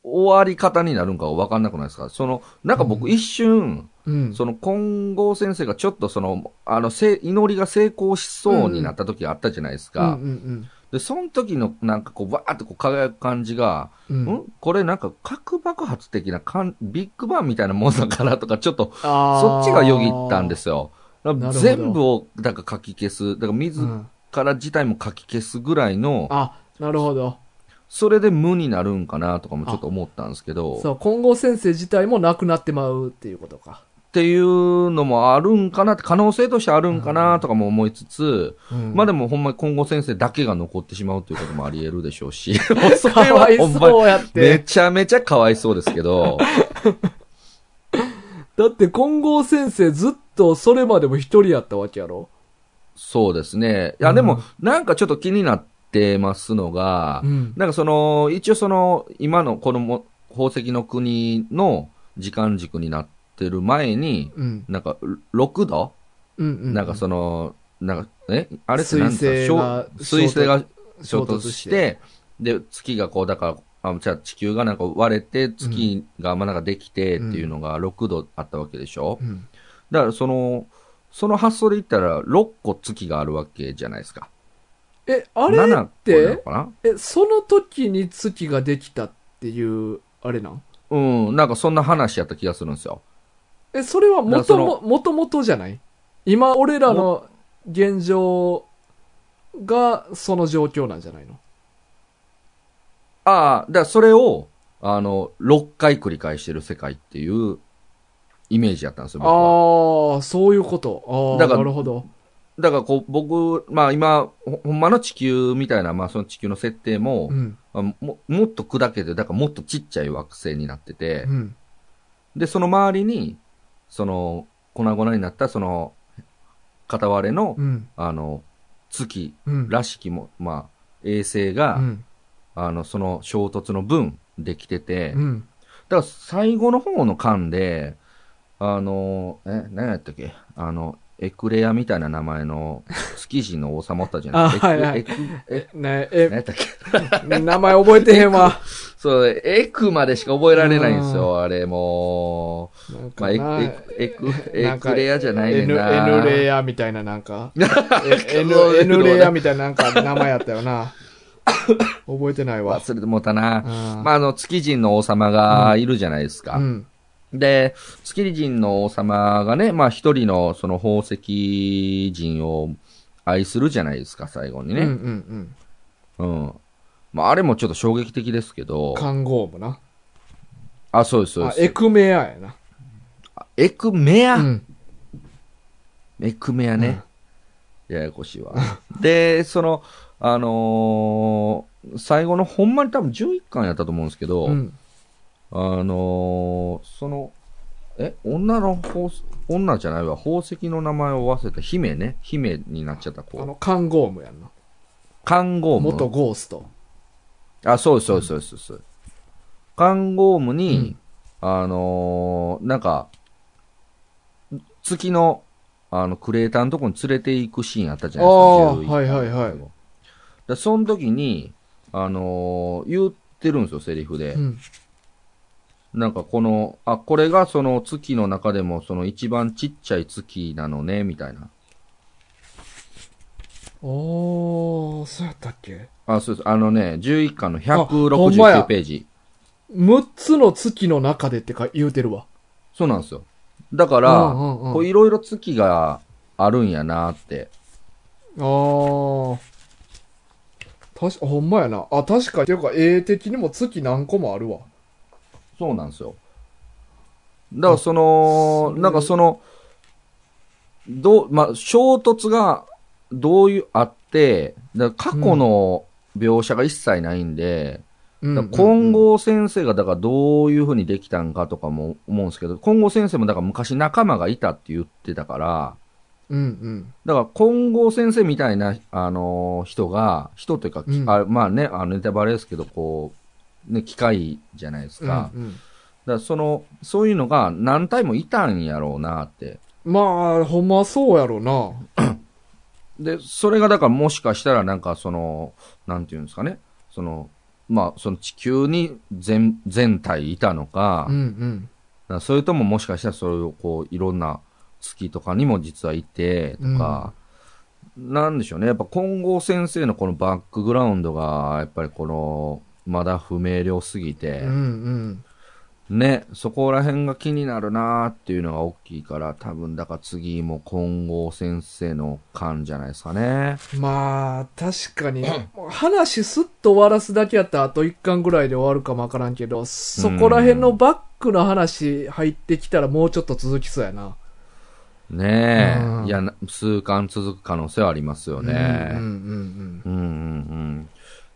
S2: 終わり方になるんかわかんなくないですかその、なんか
S1: う
S2: 僕
S1: ん
S2: 一瞬、
S1: うん。
S2: その、金剛先生がちょっとその、あの、せ祈りが成功しそうになった時があったじゃないです
S1: うん
S2: か。
S1: うん
S2: で、その時のなんかこう、わーってこう輝く感じが、
S1: うん。うん
S2: んこれなんか核爆発的なかん、ビッグバンみたいなもんだからとか、ちょっと、そ
S1: あー
S2: っちがよぎったんですよ。だから
S1: なるほど
S2: 全部を、だからかき消す。だか
S1: う
S2: ら自
S1: ん
S2: ら自体もかき消すぐらいの、
S1: あ、なるほど。
S2: それで無になるんかなとかもちょっと思ったんですけど、
S1: そう、金剛先生自体もなくなってまうっていうことか。
S2: っていうのもあるんかなって、可能性としてあるんかなとかも思いつつ、まあでもほんまに今後先生だけが残ってしまうということもあり得るでしょう
S1: [laughs]
S2: し、そ
S1: か
S2: れは
S1: わい
S2: ほんまに
S1: そうやっ
S2: め
S1: て。
S2: ちゃめちゃかわいそうですけど、
S1: だって金剛先生ずっとそれまでも一人やったわけやろ
S2: そうですね。いやでも、なんかちょっと気になってますのが、
S1: ん。
S2: なんかその、一応その、今のこのも宝石の国の時間軸になってる前に、
S1: うん。
S2: なんか、6度
S1: うん。うん。
S2: なんかその、なんか、えあれって何
S1: 彗星
S2: ですか
S1: が
S2: 水星が衝
S1: 衝
S2: 突
S1: 突
S2: して、
S1: して
S2: で、月がこう、だから、あじゃあ地球がなんか割れて、月がまあなんかできてっていうのが6度あったわけでしょ、
S1: うん。
S2: だからその、その発想で言ったら6個月があるわけじゃないですか。
S1: え、あれ
S2: 7
S1: っ
S2: 個なの
S1: て、
S2: かな
S1: え、その時に月ができたっていう、あれなん
S2: うん、なんかそんな話やった気がするんですよ。
S1: え、それはも
S2: だ
S1: と
S2: から
S1: も、もともとじゃない今、俺らの現状がその状況なんじゃないの
S2: ああ、だからそれを、あの、6回繰り返してる世界っていうイメージやったんですよ、僕は。
S1: ああ、そういうこと。あ
S2: だ
S1: あ、
S2: から
S1: なるほど。だ
S2: だからこう、僕、まあ今、ほほんまの地球みたいな、まあその地球の設定も
S1: う、ん。
S2: あももっと砕けて、だからもっとちっちゃい惑星になってて
S1: う、ん。
S2: で、その周りに、その、粉々になった、その、片割れの、
S1: うん。
S2: あの、月
S1: うん。
S2: らしきも、まあ、衛星が、
S1: うん。
S2: あの、その衝突の分、できてて、
S1: う
S2: だ
S1: ん。
S2: から最後の方の巻で、あの、え、何やったっけあの、エクレアみたいな名
S1: [laughs]
S2: 前の築地の王様おったじゃないですか。
S1: あはいはい
S2: エクエクえ
S1: ね
S2: 何
S1: え、
S2: やったっけ
S1: 名前覚えてへん
S2: [laughs]
S1: わ。
S2: そう、エクまでしか覚えられないんですよ、あれも
S1: なん
S2: う。ま
S1: か
S2: あ、エク
S1: な、
S2: エク、
S1: な
S2: エ
S1: ん
S2: ク
S1: か
S2: レアじゃないねん
S1: N,
S2: な。
S1: N レ
S2: ア。 [laughs]
S1: アみたいななんか。
S2: N
S1: N, N レアみたいななんか名前やったよな。覚えてないわ。
S2: 忘れてもうたな。
S1: あ
S2: まあ、あの、月人の王様がいるじゃないですか。
S1: うん。
S2: で、月人の王様がね、まあ一人のその宝石人を愛するじゃないですか、最後に
S1: うんうんう
S2: ね。
S1: ん。
S2: うん。まああれもちょっと衝撃的ですけど。
S1: 看護部な。
S2: あ、そうです、そうで
S1: あ、
S2: す。
S1: エクメアやな。
S2: エクメア、
S1: うん。
S2: エクメアね。ややこしいわ。で、その、あのー最後のほんまに多分11巻やったと思うんですけど、
S1: うん。
S2: あのーその、え、女の宝石、女じゃないわ、宝石の名前を忘れた、姫ね、姫になっちゃった
S1: あ
S2: 子。
S1: の、看護部やんな。
S2: 看護
S1: 元
S2: ム。
S1: ゴースト。
S2: あ、そうですそうですそうですそうです。看護ムに、
S1: うん
S2: あのーなんか、月の、あの、クレーターのとこに連れて行くシーンあったじゃないですか。
S1: あー
S2: 11
S1: はいはいはい
S2: だその時に、あのー言ってるんですよ、セリフで。
S1: うん。
S2: なんかこの、あ、これがその月の中でもその一番ちっちゃい月なのね、みたいな。
S1: おー、そうやったっけ
S2: あ、そうです。あのね、11巻の
S1: あほんまや
S2: 169ページ。
S1: 6つの月の中でってか言うてるわ。
S2: そうなんですよ。だから、
S1: うんうん
S2: こ
S1: う、
S2: うんいろいろ月があるんやなって。
S1: あー。確か、ほんまやな。あ、確か、ていうか、絵的にも月何個もあるわ。
S2: そうなんですよ。だからその
S1: あ、そう
S2: なんかその、どう、まあ、衝突がどういう、あって、だから過去の描写が一切ないんで、
S1: うん
S2: だから金、剛先生がだからどういうふうにできたんかとかも思うんですけど、金剛先生もだから昔仲間がいたって言ってたから、
S1: うんうん。
S2: だから金剛先生みたいな、あのー人が、人というか、
S1: うん
S2: あまあね、あのネタバレですけど、こう、ね、機械じゃないですか。
S1: うんうん
S2: だからその、そういうのが何体もいたんやろうなって。
S1: まあ、ほんまそうやろな。
S2: で、それがだからもしかしたらなんかその、なんていうんですかね、その、まあ、その地球に全、全体いたのか、
S1: うんうん。
S2: だからそれとももしかしたらそれをこういろんな月とかにも実はいてとか、なんでしょうねやっぱ金剛先生のこのバックグラウンドがやっぱりこのまだ不明瞭すぎて
S1: うん、うん。
S2: ねそこら辺が気になるなーっていうのが大きいから多分だから次も金剛先生の巻じゃないですかね
S1: まあ、確かに、話すっと終わらすだけやったらあと1巻ぐらいで終わるかもわからんけど、そこら辺のバックの話入ってきたらもうちょっと続きそうやな。
S2: ねえ、
S1: うん
S2: いやな数巻続く可能性はありますよね、
S1: うんうん
S2: うんうんうん。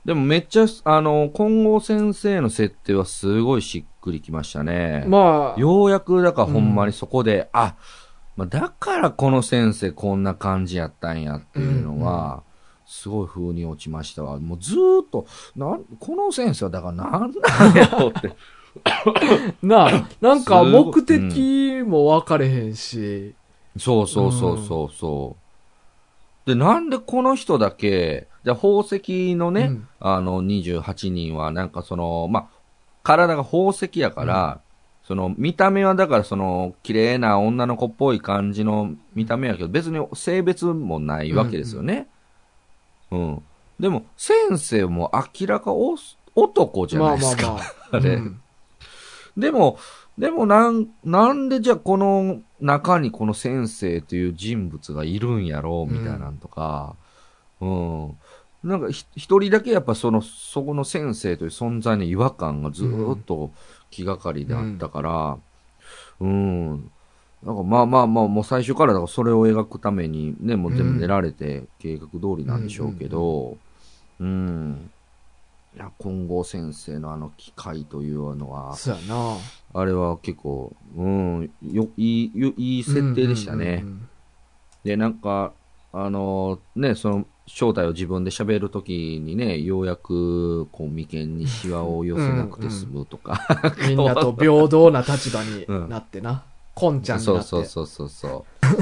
S2: でもめっちゃ、あの、金剛先生の設定はすごいしっくりきましたね
S1: うん。。まあ、
S2: ようやく、だからほんまにそこで、あ、まあ、だからこの先生こんな感じやったんやっていうのは、すごい風に落ちましたわ。もうずーっと、なん、この先生はだからなんなんやろ [laughs] って。
S1: なあ、なんか
S2: すごい
S1: 目的も分かれへんし、
S2: そうそうそうそうそう。で、なんでこの人だけ、じゃあ宝石のね、
S1: うん
S2: あの、28人は、なんかその、まあ、体が宝石やから、その、見た目はだからその、綺麗な女の子っぽい感じの見た目やけど、別に性別もないわけですよね。うん、うんでも、先生も明らかお男じゃないですか。
S1: まあまあまあ。
S2: あれ
S1: うん
S2: でも、でもなん、なんでじゃあこの中にこの先生という人物がいるんやろうみたいなんとか、うん。なんかひ一人だけやっぱその、そこの先生という存在に違和感がずーっと気がかりであったから、うん。なんかまあまあまあ、もう最初からだからそれを描くためにね、もう全部練られて計画通りなんでしょうけど、うん。いや、金剛先生のあの機械というのは、
S1: そうやな。
S2: あれは結構、うん、よ、いい、よいい設定でしたね。
S1: うんうんうん
S2: で、なんか、あのね、その、正体を自分で喋るときにね、ようやく、こう、眉間にシワを寄せなくて済むとか。
S1: うん。みんなと平等な立場になってな。こ、んちゃんにな
S2: そ
S1: っ
S2: う
S1: て。
S2: そうそうそうそう。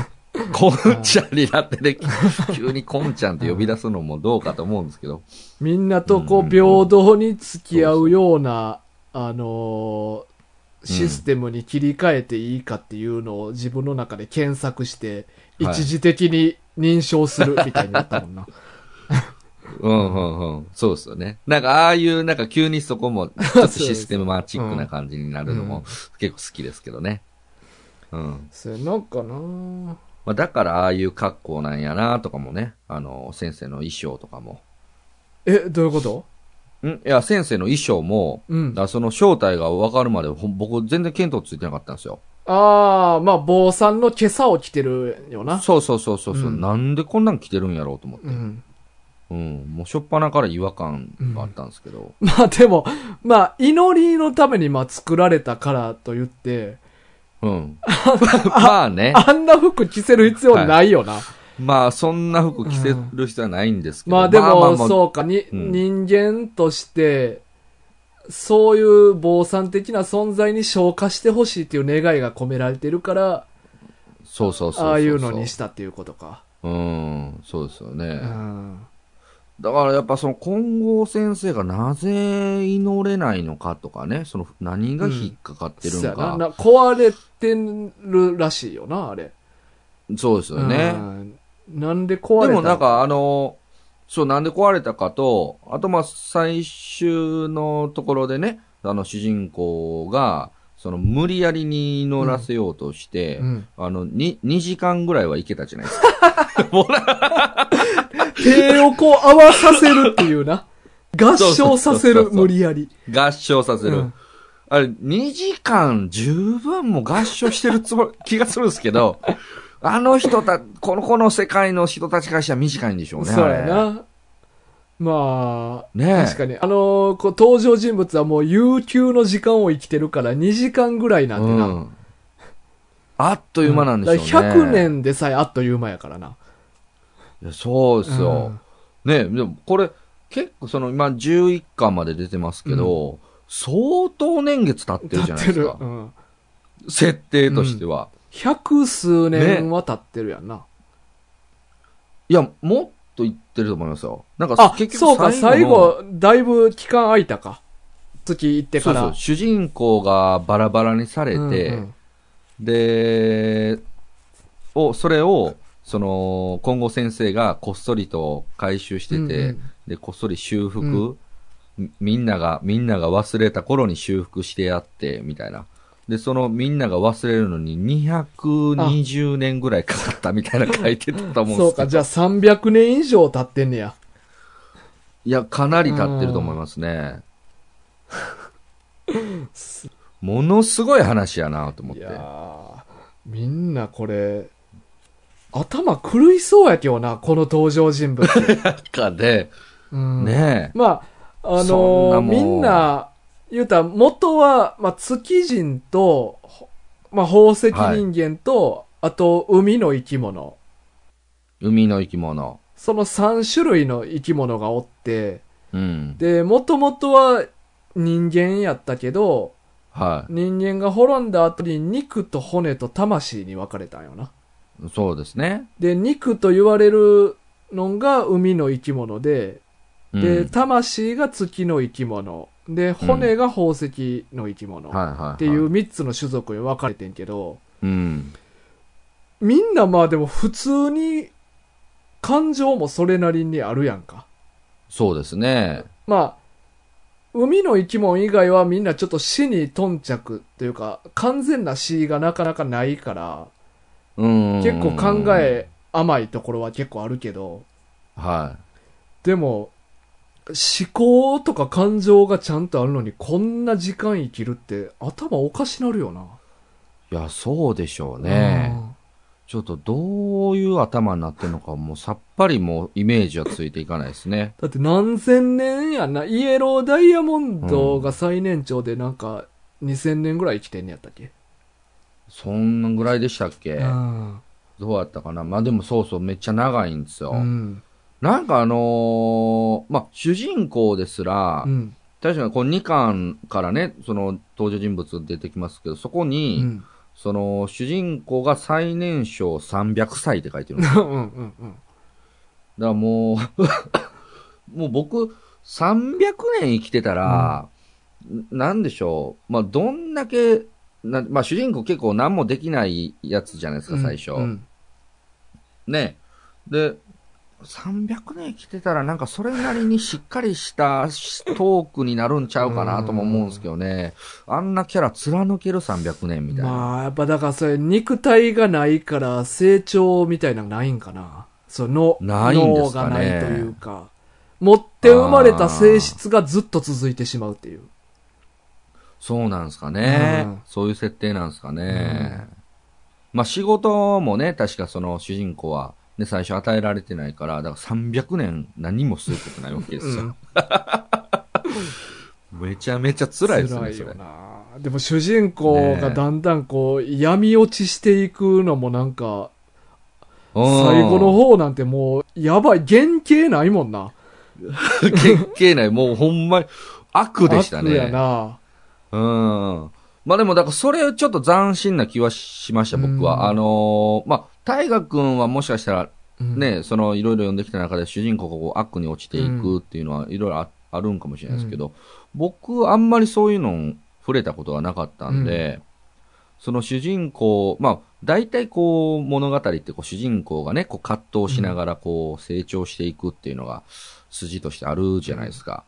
S2: [laughs] こんちゃんになってね、 [laughs] 急にこんちゃんって呼び出すのもどうかと思うんですけど。
S1: みんなとこ
S2: うん
S1: う平等に付き合うような、あのーシステムに切り替えていいかっていうのを自分の中で検索して、
S2: はい
S1: [laughs] 一時的に認証するみたいになったもんな。
S2: うんうんうん。そうですよね。なんか、ああいう、なんか急にそこ
S1: [laughs]
S2: も、ちょっとシステムマチックな感じになるのも、結構好きですけどね。うん。
S1: そうやなんかな
S2: まあ、だから、ああいう格好なんやなとかもね、あの、先生の衣装とかも。
S1: え、どういうこと
S2: んいや、先生の衣装も、
S1: うん
S2: だからその正体が分かるまで、ほん僕全然見当ついてなかったんですよ。
S1: ああ、まあ、坊さんの袈裟を着てるよな。
S2: そうそうそうそう。う
S1: うん
S2: なんでこんなん着てるんやろうと思って。
S1: う
S2: うん。
S1: ん。 [laughs]
S2: もうしょっぱなから違和感があったんですけど。
S1: まあでも、まあ、祈りのためにまあ作られたからと言って、 [laughs]
S2: うん。まあね。
S1: あんな服着せる必要ないよな。
S2: まあ、そんな服着せる必要はないんですけど。
S1: まあでも、
S2: まあ
S1: そうか、に、
S2: うん
S1: 人間として、そういう坊さん的な存在に昇華してほしいっていう願いが込められてるから、
S2: そうそうそうそう。
S1: ああいうのにしたっていうことか。
S2: うん、そうですよね。
S1: うん。
S2: だからやっぱその金剛先生がなぜ祈れないのかとかね、その何が引っかかってる
S1: そう
S2: の
S1: やな
S2: か。
S1: な壊れてるらしいよな、あれ。
S2: そうですよね。
S1: うんなんで壊れた
S2: でもなん、かあの、そう、なんで壊れたかと、あとまあ最終のところでね、あの主人公が、その無理やりに祈らせようとして、
S1: うん、
S2: あの、に、2時間ぐらいはいけたじゃないですか。もうな
S1: 手をこう合わさせるっていう
S2: [laughs]
S1: な。合唱させ
S2: そうそうそう
S1: る、
S2: そう
S1: 無理やり。
S2: 合唱させる。
S1: うん
S2: あれ、2時間十分も合唱してるつもり、気がするんです
S1: [laughs]
S2: けど、あの人た、この、この世界の人たちからしたら短いんでしょうね。
S1: そうや
S2: あ
S1: な。まあ、
S2: れ。ねえ。
S1: 確かに。あのーこう登場人物はもう悠久の時間を生きてるから2時間ぐらいなんてな。
S2: うん。あっという間なんでしょうね。
S1: だから100年でさえあっという間やからな。
S2: いや。そうですよ。ねえ、でもこれ、結構その、今11巻まで出てますけど、相当年月経って
S1: うん。
S2: る
S1: 経
S2: じゃ
S1: っ
S2: ない
S1: て
S2: です
S1: る。
S2: か
S1: う。ん。
S2: 設定としては。
S1: 百数年は経ってるやんな。
S2: いや、もっと言ってると思いますよ。なんか、
S1: あ、
S2: 結局
S1: そうか、最
S2: の
S1: 後、だいぶ期間空いたか。月行ってから。
S2: そうそう主人公がバラバラにされて、
S1: うん
S2: でをそれをその今後先生がこっそりと回収してて、
S1: うんうん
S2: でこっそり修復、
S1: う
S2: みみんながみんなが忘れた頃に修復してやってみたいなでそのみんなが忘れるのに220年ぐらいかかったみたいな書いてたと
S1: うん
S2: 思う
S1: [laughs] そ
S2: んで
S1: う
S2: すけ
S1: か、
S2: ど
S1: じゃあ300年以上経ってんねや。
S2: いやかなり経ってると思いますねものすごい話やなと思っ
S1: い
S2: て
S1: やーみんなこれ、頭狂いそうやけどな、この登場人物。
S2: 中で、
S1: うん
S2: ねえ。
S1: まあ、あ
S2: そん
S1: のー
S2: なもん
S1: みんな、言うたら、元は、まあ、月人と、ほまあ、宝石人間と、あと、海の生き物。
S2: 海の生き物。
S1: その3種類の生き物がおって、
S2: うん。
S1: で、もともとは人間やったけど、
S2: はい。
S1: 人間が滅んだ後に肉と骨と魂に分かれたんよな。
S2: そうですね。
S1: で、肉と言われるのが海の生き物で、
S2: うん
S1: で、魂が月の生き物。で、骨が宝石の生き物。
S2: はいはい、はい。
S1: っていう。3つの種族に分かれてんけど、
S2: うん。
S1: みんなまあでも普通に感情もそれなりにあるやんか。
S2: そうですね。
S1: まあ、海の生き物以外はみんなちょっと死に頓着というか、完全な死がなかなかないから、
S2: うん。
S1: 結構考。え甘いところは結構あるけど、
S2: は
S1: でも、思考とか感情がちゃんとあるのにこんな時間生きるって頭おかしなるよな。
S2: い。いや、そうでしょうね。ちょっとどういう頭になってるのか、もうさっぱりもうイメージはついていかないですね。
S1: だって何千年やんな。イエローダイヤモンドが最年長でなんか2000年ぐらい生きてんねやったっけ、
S2: そんなぐらいでしたっけ
S1: うん
S2: どうやったかなまあでもそうそう、めっちゃ長いんですよ。
S1: うん。
S2: なんかあのーまあ、主人公ですら、
S1: うん。
S2: 確かにこの2巻からね、その登場人物出てきますけど、そこ
S1: う
S2: に、
S1: ん。
S2: その主人公が最年少300歳って書いてるん
S1: う
S2: です
S1: ん
S2: だか
S1: うんうん。
S2: らもう、もう [laughs] 僕、300年生きてたら、なんでしょう、まあ、どんだけ、なまあ、主人公結構何もできないやつじゃないですか、最初。
S1: うん。
S2: ね。で、 300年来てたらなんかそれなりにしっかりしたしトークになるんちゃうかなとも思うんですけどね。あんなキャラ貫ける300年みたいな。
S1: まあ、やっぱだからそれ、肉体がないから成長みたいなのがないんかな。その、
S2: ないんで
S1: 脳
S2: すか
S1: が
S2: ね
S1: ないというか、持って生まれた性質がずっと続いてしまうっていう。
S2: そうなんですかね、
S1: うん
S2: そういう設定なんですかね。まあ仕事もね、確かその主人公は、ね、最初与えられてないから、だから300年何もすることないわけですよ。
S1: うん
S2: めちゃめちゃ辛いです
S1: 辛
S2: ね、
S1: い
S2: それ
S1: よ。な。でも主人公がだんだんこう、闇落ちしていくのもなんか、
S2: うん
S1: 最後の方なんてもう、やばい、原型ないもんな。
S2: 関係ない、もうほんまに悪でした
S1: 悪や
S2: ね。
S1: な。
S2: うん。まあでも、だからそれちょっと斬新な気はしました、僕
S1: うん
S2: は。あのーまあ、大河君はもしかしたら
S1: うん
S2: ね、そのいろいろ読んできた中で主人公がこう悪に落ちていくっていうのはいろいろああるんかもしれないですけど、僕あんまりそういうの触れたことがなかったんで、その主人公、まあ大体こう物語ってこう主人公がね、こう葛藤しながらこう成長していくっていうのが筋としてあるじゃないですか。だか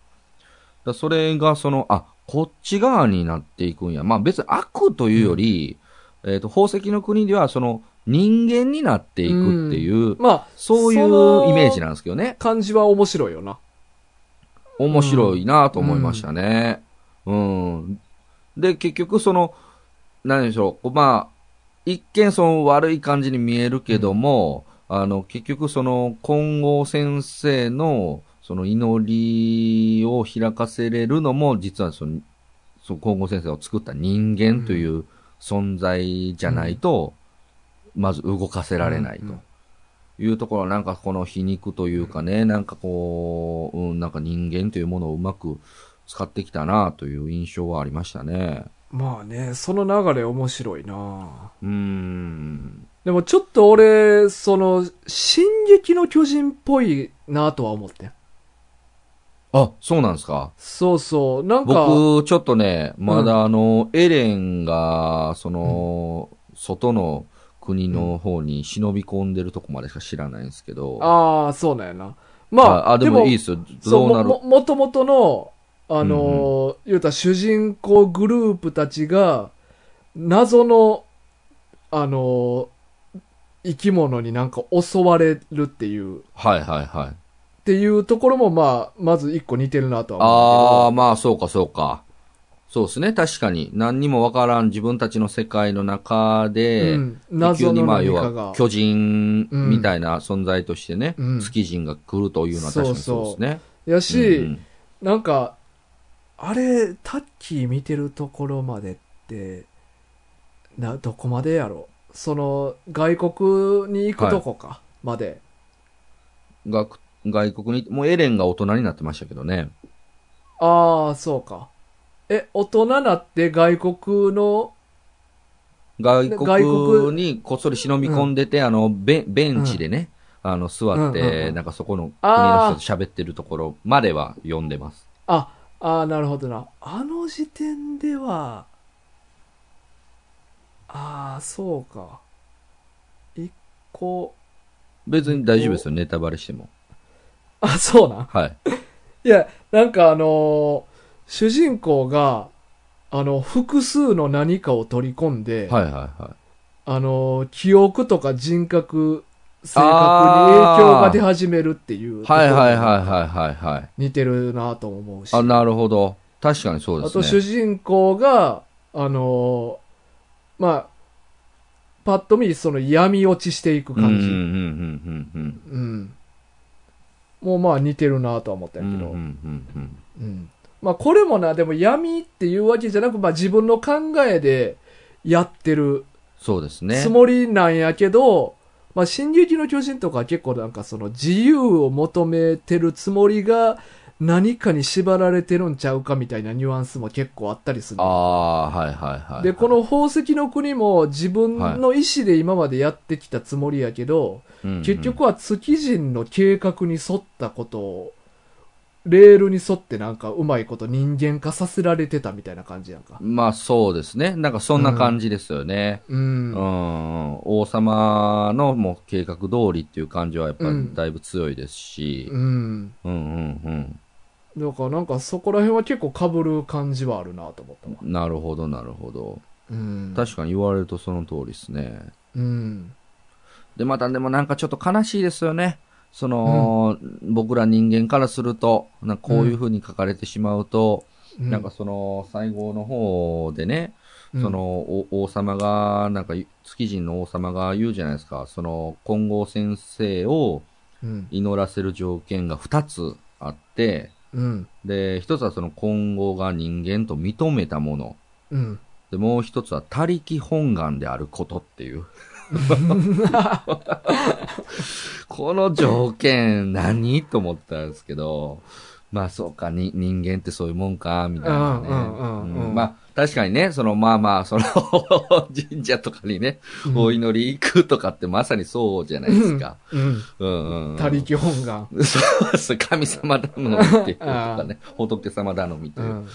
S2: らそれがその、あ、こっち側になっていくんや。まあ別に悪というより、えっ、と宝石の国ではその人間になっていくっていう、
S1: まあ、
S2: そういうイメージなんですけどね。
S1: 感じは面白いよな。
S2: 面白いなと思いましたね。うん。で、結局その、何でしょう。まあ、一見その悪い感じに見えるけども、あの、結局その、金剛先生の、その祈りを開かせれるのも、実はその、その金剛先生を作った人間という存在じゃないと、まず動かせられないと。いうところはなんかこの皮肉というかね、なんかこう、うん、なんか人間というものをうまく使ってきたなという印象はありましたね。
S1: まあね、その流れ面白いな
S2: うーん。
S1: でもちょっと俺、その、進撃の巨人っぽいなとは思ってん
S2: あ、そうなんですか。
S1: そうそう、なんか、
S2: 僕、ちょっとね、まだあの、エレンが、その、外の国の方に忍び込んでるとこまでしか知らないんですけど。
S1: ああ、そうなんやな。まあ、
S2: あ、でもいいですよ。
S1: そ
S2: ど
S1: う
S2: う
S1: も、
S2: なる
S1: も、もともとの、あのー、言うたら主人公グループたちが、謎の、あのー、生き物になんか襲われるっていう、っ
S2: はいはいはい。
S1: ていうところも、まあ、まず一個似てるなとは
S2: ああ、
S1: 思う
S2: まあ、そうか、そうか。そうですね、確かに。何にもわからん自分たちの世界の中
S1: んだけ
S2: で、
S1: ど。うん、謎
S2: 急に
S1: の
S2: まあ、
S1: 何
S2: 要
S1: か
S2: は
S1: が。
S2: 巨人みたいな存在としてね、
S1: うん
S2: 月人が来るというのは確かにそうですね。
S1: やし、
S2: うん
S1: なんか、あれ、タッキー見てるところまでって、な、どこまでやろうその、外国に行くとこか、まで。
S2: が外国に、もうエレンが大人になってましたけどね。
S1: ああ、そうか。え、大人なって外国の、
S2: 外
S1: 外
S2: 国にこっそり忍び込んでて、あの、ベベンチでね、あの、座って、
S1: うんうんうん
S2: なんかそこの国
S1: あ
S2: の
S1: ー
S2: 人と喋ってるところまでは読んでます。
S1: あ、ああ、なるほどな。あの時点では、ああ、そうか。一個、
S2: 別に大丈夫ですよ、ネタバレしても。
S1: あ、そうなん。
S2: はい。
S1: いや、なんかあのー主人公が、あの、複数の何かを取り込んで、
S2: はいはいはい。
S1: あのー記憶とか人格、性格に影響が出始めるっていう、
S2: はいはいはいはいはいはい。
S1: 似てるなとも思うし。
S2: あ、なるほど。確かにそうで
S1: あと
S2: す
S1: 主
S2: ね。
S1: 人公が、あのーまあ、パッと見、その闇落ちしていく
S2: うんうんうん
S1: 感じ。うん
S2: うんうん
S1: もうまあ似てるなとは思った
S2: うんん
S1: や
S2: う
S1: け
S2: ん
S1: ど。
S2: うんうん。
S1: うんまあこれもな、でも闇っていうわけじゃなく、まあ自分の考えでやってる
S2: そうですね
S1: つ。もりなんやけど、まあ進撃の巨人とかは結構なんかその自由を求めてるつもりが何かに縛られてるんちゃうかみたいなニュアンスも結構あったりする。
S2: ああ、はいはいはいはい。
S1: で、この宝石の国も自分の意思で今までやってきたつもりやけど、
S2: うんうん、
S1: 結局は月人の計画に沿ったことレールに沿ってなんかうまいこと人間化させられてたみたいな感じやんか。
S2: まあそうですね。なんかそんな感じですよね。
S1: う
S2: うん
S1: ん。。
S2: 王様のもう計画通りっていう感じはやっぱりだいぶ強いですし。
S1: うん。
S2: うんうん
S1: だからなんかそこら辺は結構被る感じはあるなと思ったわ。
S2: うん。なるほど、なるほど。
S1: うん。
S2: 確かに言われるとその通りですね。
S1: うん。
S2: で、またでもなんかちょっと悲しいですよね。その、僕ら人間からすると、なんかこういう風に書かれてしまうと、
S1: うん
S2: なんか、その、最後の方でね、
S1: うん
S2: その、、お王様が、なんか、月人の王様が言うじゃないですか、その、金剛先生を
S1: うん。
S2: 祈らせる条件が2つあって、
S1: うん。
S2: で、一つはその金剛が人間と認めたもの。
S1: うん。
S2: で、もう一つは他力本願であることっ
S1: [laughs]
S2: ていう。この条件何と思ったんですけど、まあそうか、に人間ってそういうもんか、みたいなね。
S1: うんうんうんうん
S2: うんまあ確かにね、そのまあまあ、その [laughs] 神社とかにね、お祈り行くとかってまさにそうじゃないですか。
S1: うん。
S2: うんうんうん。
S1: 他力本願。
S2: [laughs] そうそう、神様頼みっていうとか
S1: [laughs]
S2: ね、仏様頼みと
S1: う
S2: いう。
S1: ん。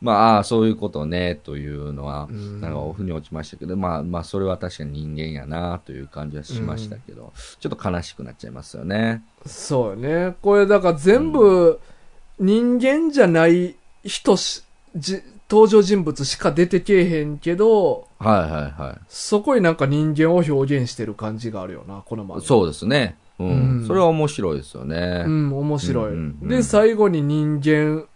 S2: まあああ、そういうことね、というのは、
S1: うん
S2: なんかオフに落ちましたけど、まあまあ、それは確かに人間やな、という感じはしましたけど、ちょっと悲しくなっちゃいますよね。
S1: そうよね。これだから全部人間じゃない人し、じ登場人物しか出てけえへんけど、
S2: はいはいはい。
S1: そこになんか人間を表現してる感じがあるよな、この漫画。
S2: そうですね。うん。
S1: うん
S2: それは面白いですよね。
S1: うん、面白い。
S2: うんうんうん
S1: で、最後に人間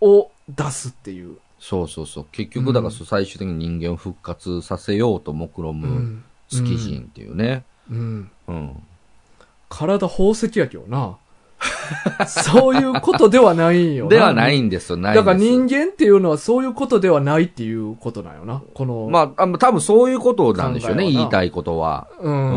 S1: を出すっていう。
S2: そうそうそう。結局、だからそう最終的に人間を復活させようと目論む月人っていうね。
S1: うん。
S2: うん。
S1: 体宝石やけどな。 [laughs] そういうことではないんよな。
S2: ではないんですよ、ないん
S1: だ
S2: です
S1: から人間っていうのはそういうことではないっていうことなんよな。この。
S2: まあ、あの多分そういうことなんでしょうね、
S1: 考えはな
S2: 言いたいことは。
S1: う。
S2: うん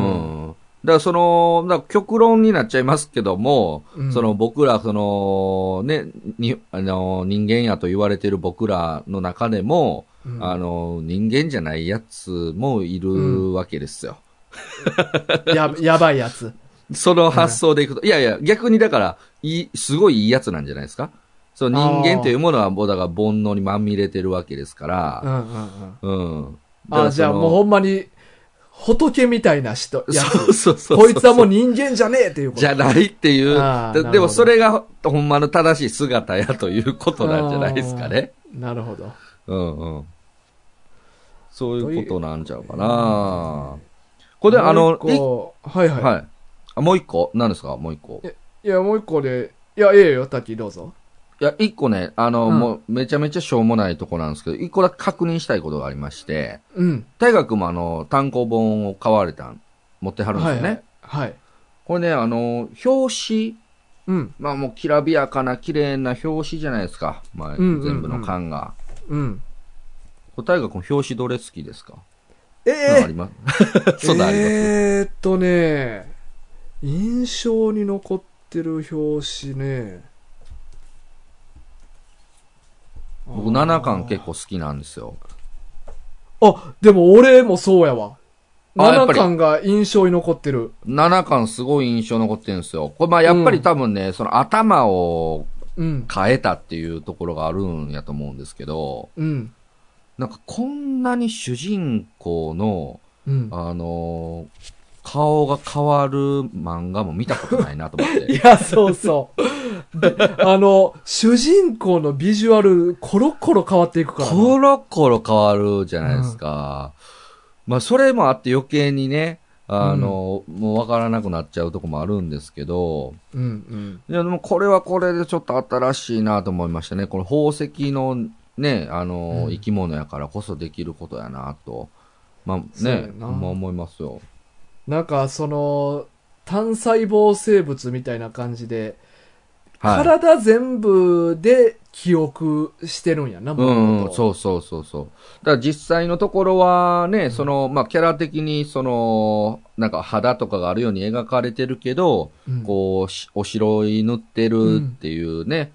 S2: ん。だからその、だから極論になっちゃいますけども、
S1: うん
S2: その僕ら、その、ね、に、あの、人間やと言われてる僕らの中でも、
S1: うん
S2: あの、人間じゃないやつもいるわけですよ。
S1: や、やばいやつ。
S2: その発想でいくと、いやいや、逆にだから、いい、すごいいいやつなんじゃないですかその人間というものは、もうだから煩悩にまみれてるわけですか
S1: う
S2: ら、
S1: んうんうん。
S2: うん。だからその
S1: あ、じゃあもうほんまに、仏みたいな人、やつ
S2: [laughs] そうそうそう。
S1: こいつはもう人間じゃねえっていうこと。
S2: じゃないっていう。
S1: あーなる
S2: で
S1: ほど
S2: でもそれがほんまの正しい姿やということなんじゃないですかね。
S1: なるほど。
S2: うんうん。そういうことなんちゃうかな。これであの、
S1: もう一個はい
S2: い
S1: はい。
S2: はい。あもう一個何ですかもう一個。
S1: い、や、もう一個で、いや、ええよ、滝どうぞ。
S2: いや、一個ね、あの、
S1: うん
S2: もうめちゃめちゃしょうもないとこなんですけど、一個だけ確認したいことがありまして、
S1: うん。
S2: 大学もあの、単行本を買われたん、持ってはるんです
S1: は
S2: よ
S1: い
S2: ね。
S1: はい。はい。
S2: これね、あの、表紙
S1: うん。
S2: まあもうきらびやかな綺麗な表紙じゃないですか。まあ、
S1: うんうんうん
S2: 全部の缶が。
S1: うん。
S2: これ大学の表紙どれ好きですか、
S1: え
S2: なんかあ
S1: え
S2: りま
S1: [laughs]
S2: すそんなんあります、
S1: えーっとね、印象に残ってる表紙ね。
S2: 僕7巻結構好きなんですよ。
S1: あ、でも俺もそうやわ。
S2: あやっぱ
S1: 7
S2: り
S1: 巻が印象に残ってる。
S2: 7巻すごい印象残ってるんですよ。これまあやっぱり多分ね、その頭を
S1: うん。
S2: 変えたっていうところがあるんやと思うんですけど、
S1: うん。
S2: なんかこんなに主人公の、
S1: うん。
S2: あのー顔が変わる漫画も見たことないなと思っ
S1: [laughs]
S2: て。
S1: いや、そうそう。であの、主人公のビジュアル、コロコロ変わっていくからな。
S2: コロコロ変わるじゃないですか。まあ、それもあって余計にね、あの、もうわからなくなっちゃうとこもあるんですけど、
S1: うんうん。
S2: いや、でもこれはこれでちょっと新しいなと思いましたね。この宝石のね、あの、
S1: うん
S2: 生き物やからこそできることやなと。まあ
S1: そうや
S2: ね、
S1: な
S2: まあ思いますよ。
S1: なんか、その、単細胞生物みたいな感じで、
S2: はい。
S1: 体全部で記憶してるんやな、
S2: うん、うん、
S1: う。
S2: そうそうそうそう。だから実際のところはね、その、まあ、キャラ的に、その、なんか肌とかがあるように描かれてるけど、
S1: うん
S2: こうし、お城に塗ってるっていうね、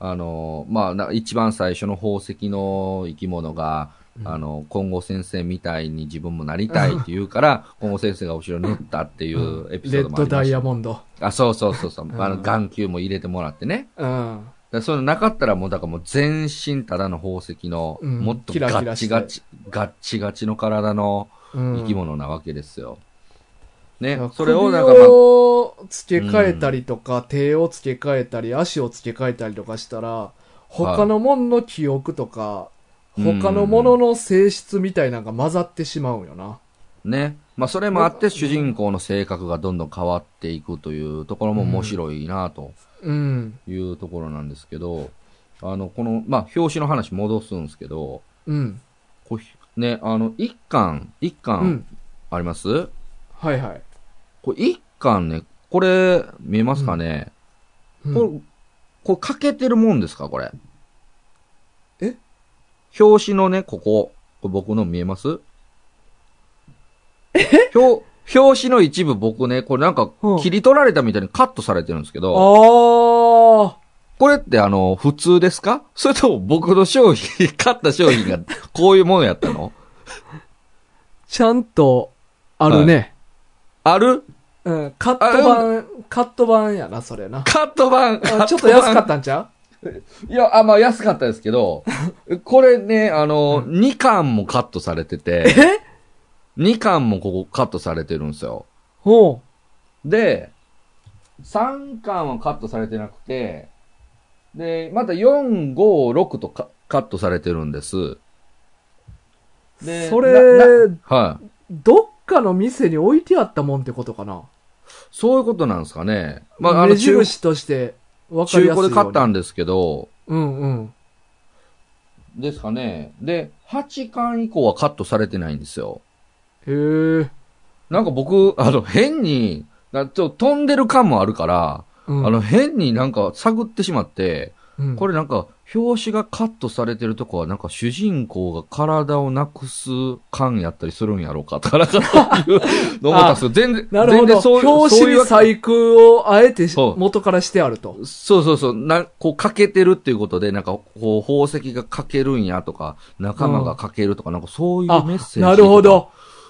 S2: あの、まあな、一番最初の宝石の生き物が、あの、今後先生みたいに自分もなりたいって言うから、 [laughs] 今後先生が後ろに乗ったっていうエピソ
S1: レ
S2: ード
S1: ッ
S2: もあ
S1: ド
S2: りま
S1: ダイ
S2: し
S1: ヤモンド。
S2: た。あ、そうそうそうそう。あ
S1: う
S2: の、
S1: ん
S2: 眼球も入れてもらってね。
S1: うん。
S2: だからそういうのなかったらもう、だからもう全身ただの宝石の、
S1: うん
S2: もっと
S1: キラ
S2: ガ
S1: キ
S2: ッ
S1: ラし
S2: チ
S1: て
S2: ガチ、ガッチガチの体の
S1: うん、
S2: 生き物なわけですよ。
S1: だか
S2: ね
S1: ら、
S2: それを、だから、
S1: 首を付け替えたりとか、手を付け替えたり、足を付け替えたりとかしたら、他のものの記憶とか、
S2: うん
S1: 他のものの性質みたいなのが混ざってしまうよな。
S2: ね。まあ、それもあって、主人公の性格がどんどん変わっていくというところも面白いなと
S1: うん。
S2: いうところなんですけど、あの、この、まあ、表紙の話戻すんですけど、
S1: うん。
S2: こうね、あの、一巻、一
S1: う
S2: 巻
S1: ん。
S2: あります、
S1: はいはい。
S2: これ一巻ね、これ、見えますかね、
S1: うん
S2: これ、これ欠けてるもんですかこれ。
S1: え
S2: 表紙のね、ここ。これ僕の見えます表、表紙の一部僕ね、これなんか
S1: うん
S2: 切り取られたみたいにカットされてるんですけ
S1: あ
S2: ど、
S1: ー
S2: これってあの、普通ですかそれとも僕の商品、 [laughs] 買った商品がこういうものやったの
S1: ちゃんと、あるね。
S2: ある
S1: うん。カット版、カット版やな、それな。
S2: カット版。カット
S1: あ
S2: 版
S1: ちょっと安かったんちゃ
S2: いや、あ、まあ安かったですけど、これね、あの、二2巻もカットされて
S1: う
S2: て、
S1: え
S2: 2巻もここカットされてるんですよ。
S1: ほ
S2: で、3巻はカットされてなくて、で、また4、5、6とカカットされてるんです。
S1: う。
S2: で
S1: そ
S2: な
S1: れ、
S2: はい。
S1: どっかの店に置いてあったもんってことかな。
S2: そういうことなんですかね。ま
S1: ま
S2: あ、
S1: あ、
S2: あ
S1: あ
S2: の、
S1: 目
S2: 中、
S1: 印として、わかりやす
S2: 中
S1: いように。
S2: 古で買ったんですけど、
S1: うんうん。
S2: ですかね。で、8巻以降はカットされてないんですよ。
S1: へえ。
S2: なんか僕、あの、変に、なちょっと飛んでる感もあるから、
S1: うん、
S2: あの、変になんか探ってしまって、
S1: うん、
S2: これなんか、表紙がカットされてるとこは、なんか主人公が体をなくす感やったりするんやろうか、とか、なんかそういうの思った
S1: [laughs]
S2: んですけど、全然、
S1: なるほ
S2: 全然
S1: ど。
S2: そういう、
S1: 表
S2: そう
S1: 紙
S2: いう
S1: に
S2: わけ
S1: 細工をあえてし
S2: そう
S1: 元からしてあると。
S2: そうそうそう、な、こう欠けてるっていうことで、なんか、こう、宝石が欠けるんやとか、仲間が欠けるとか、なんかそういうメッ
S1: あ
S2: セー、ジ。
S1: なるほ。ど。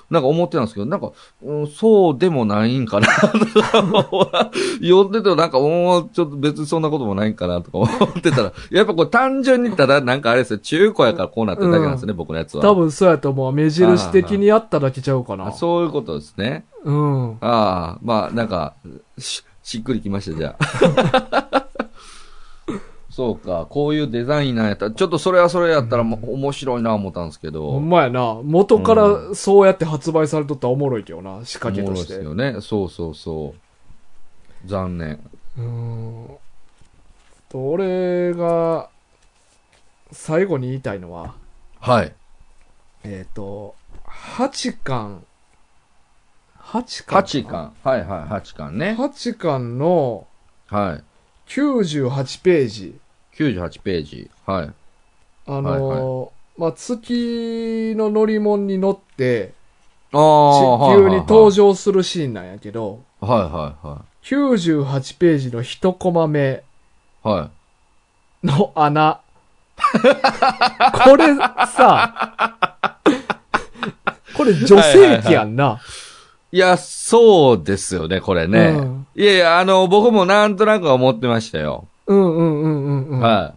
S2: なんか思ってたんですけど、なんか、うん、そうでもないんかな、 [laughs] とか読んでてもなんか、うんちょっと別にそんなこともないんかな、とか思ってたら、やっぱこれ単純にただ、なんかあれですよ、中古やからこうなってるだけなんですね、僕のやつは。
S1: 多分そうやと思う。目印的にあっただけちゃうか
S2: あ
S1: な。
S2: そういうことですね。
S1: うん。
S2: ああ、まあ、なんか、し、しっくりきました、じゃあ。 [laughs] そうか、こういうデザインなんやったら、ちょっとそれはそれやったらもう面白いな思ったんですけど。
S1: ほんまやな。元からそうやって発売されとったらおもろいけどな。仕掛けとして。
S2: おもろいですよね。そうそうそう。残念。
S1: うーん。と、俺が、最後に言いたいのは、
S2: はい。
S1: えっ、と、8巻、8巻
S2: 八巻。はいはい、八巻ね。
S1: 8巻の
S2: はい。
S1: 98ページ。
S2: 98ページ。はい。
S1: あのー
S2: はい
S1: まあ、月の乗り物に乗って、
S2: あ
S1: 地
S2: あ
S1: 球に登。場するシーンなんやけど、
S2: はいはいは
S1: 98ページの1コマ目
S2: い。はい。
S1: の穴。 [laughs] これさ、これ女性器やんな。
S2: いや、そうですよね、これね。
S1: うん
S2: いやいや、あの、僕もなんとなくは思ってましたよ。
S1: うんうんうんうんうん。
S2: は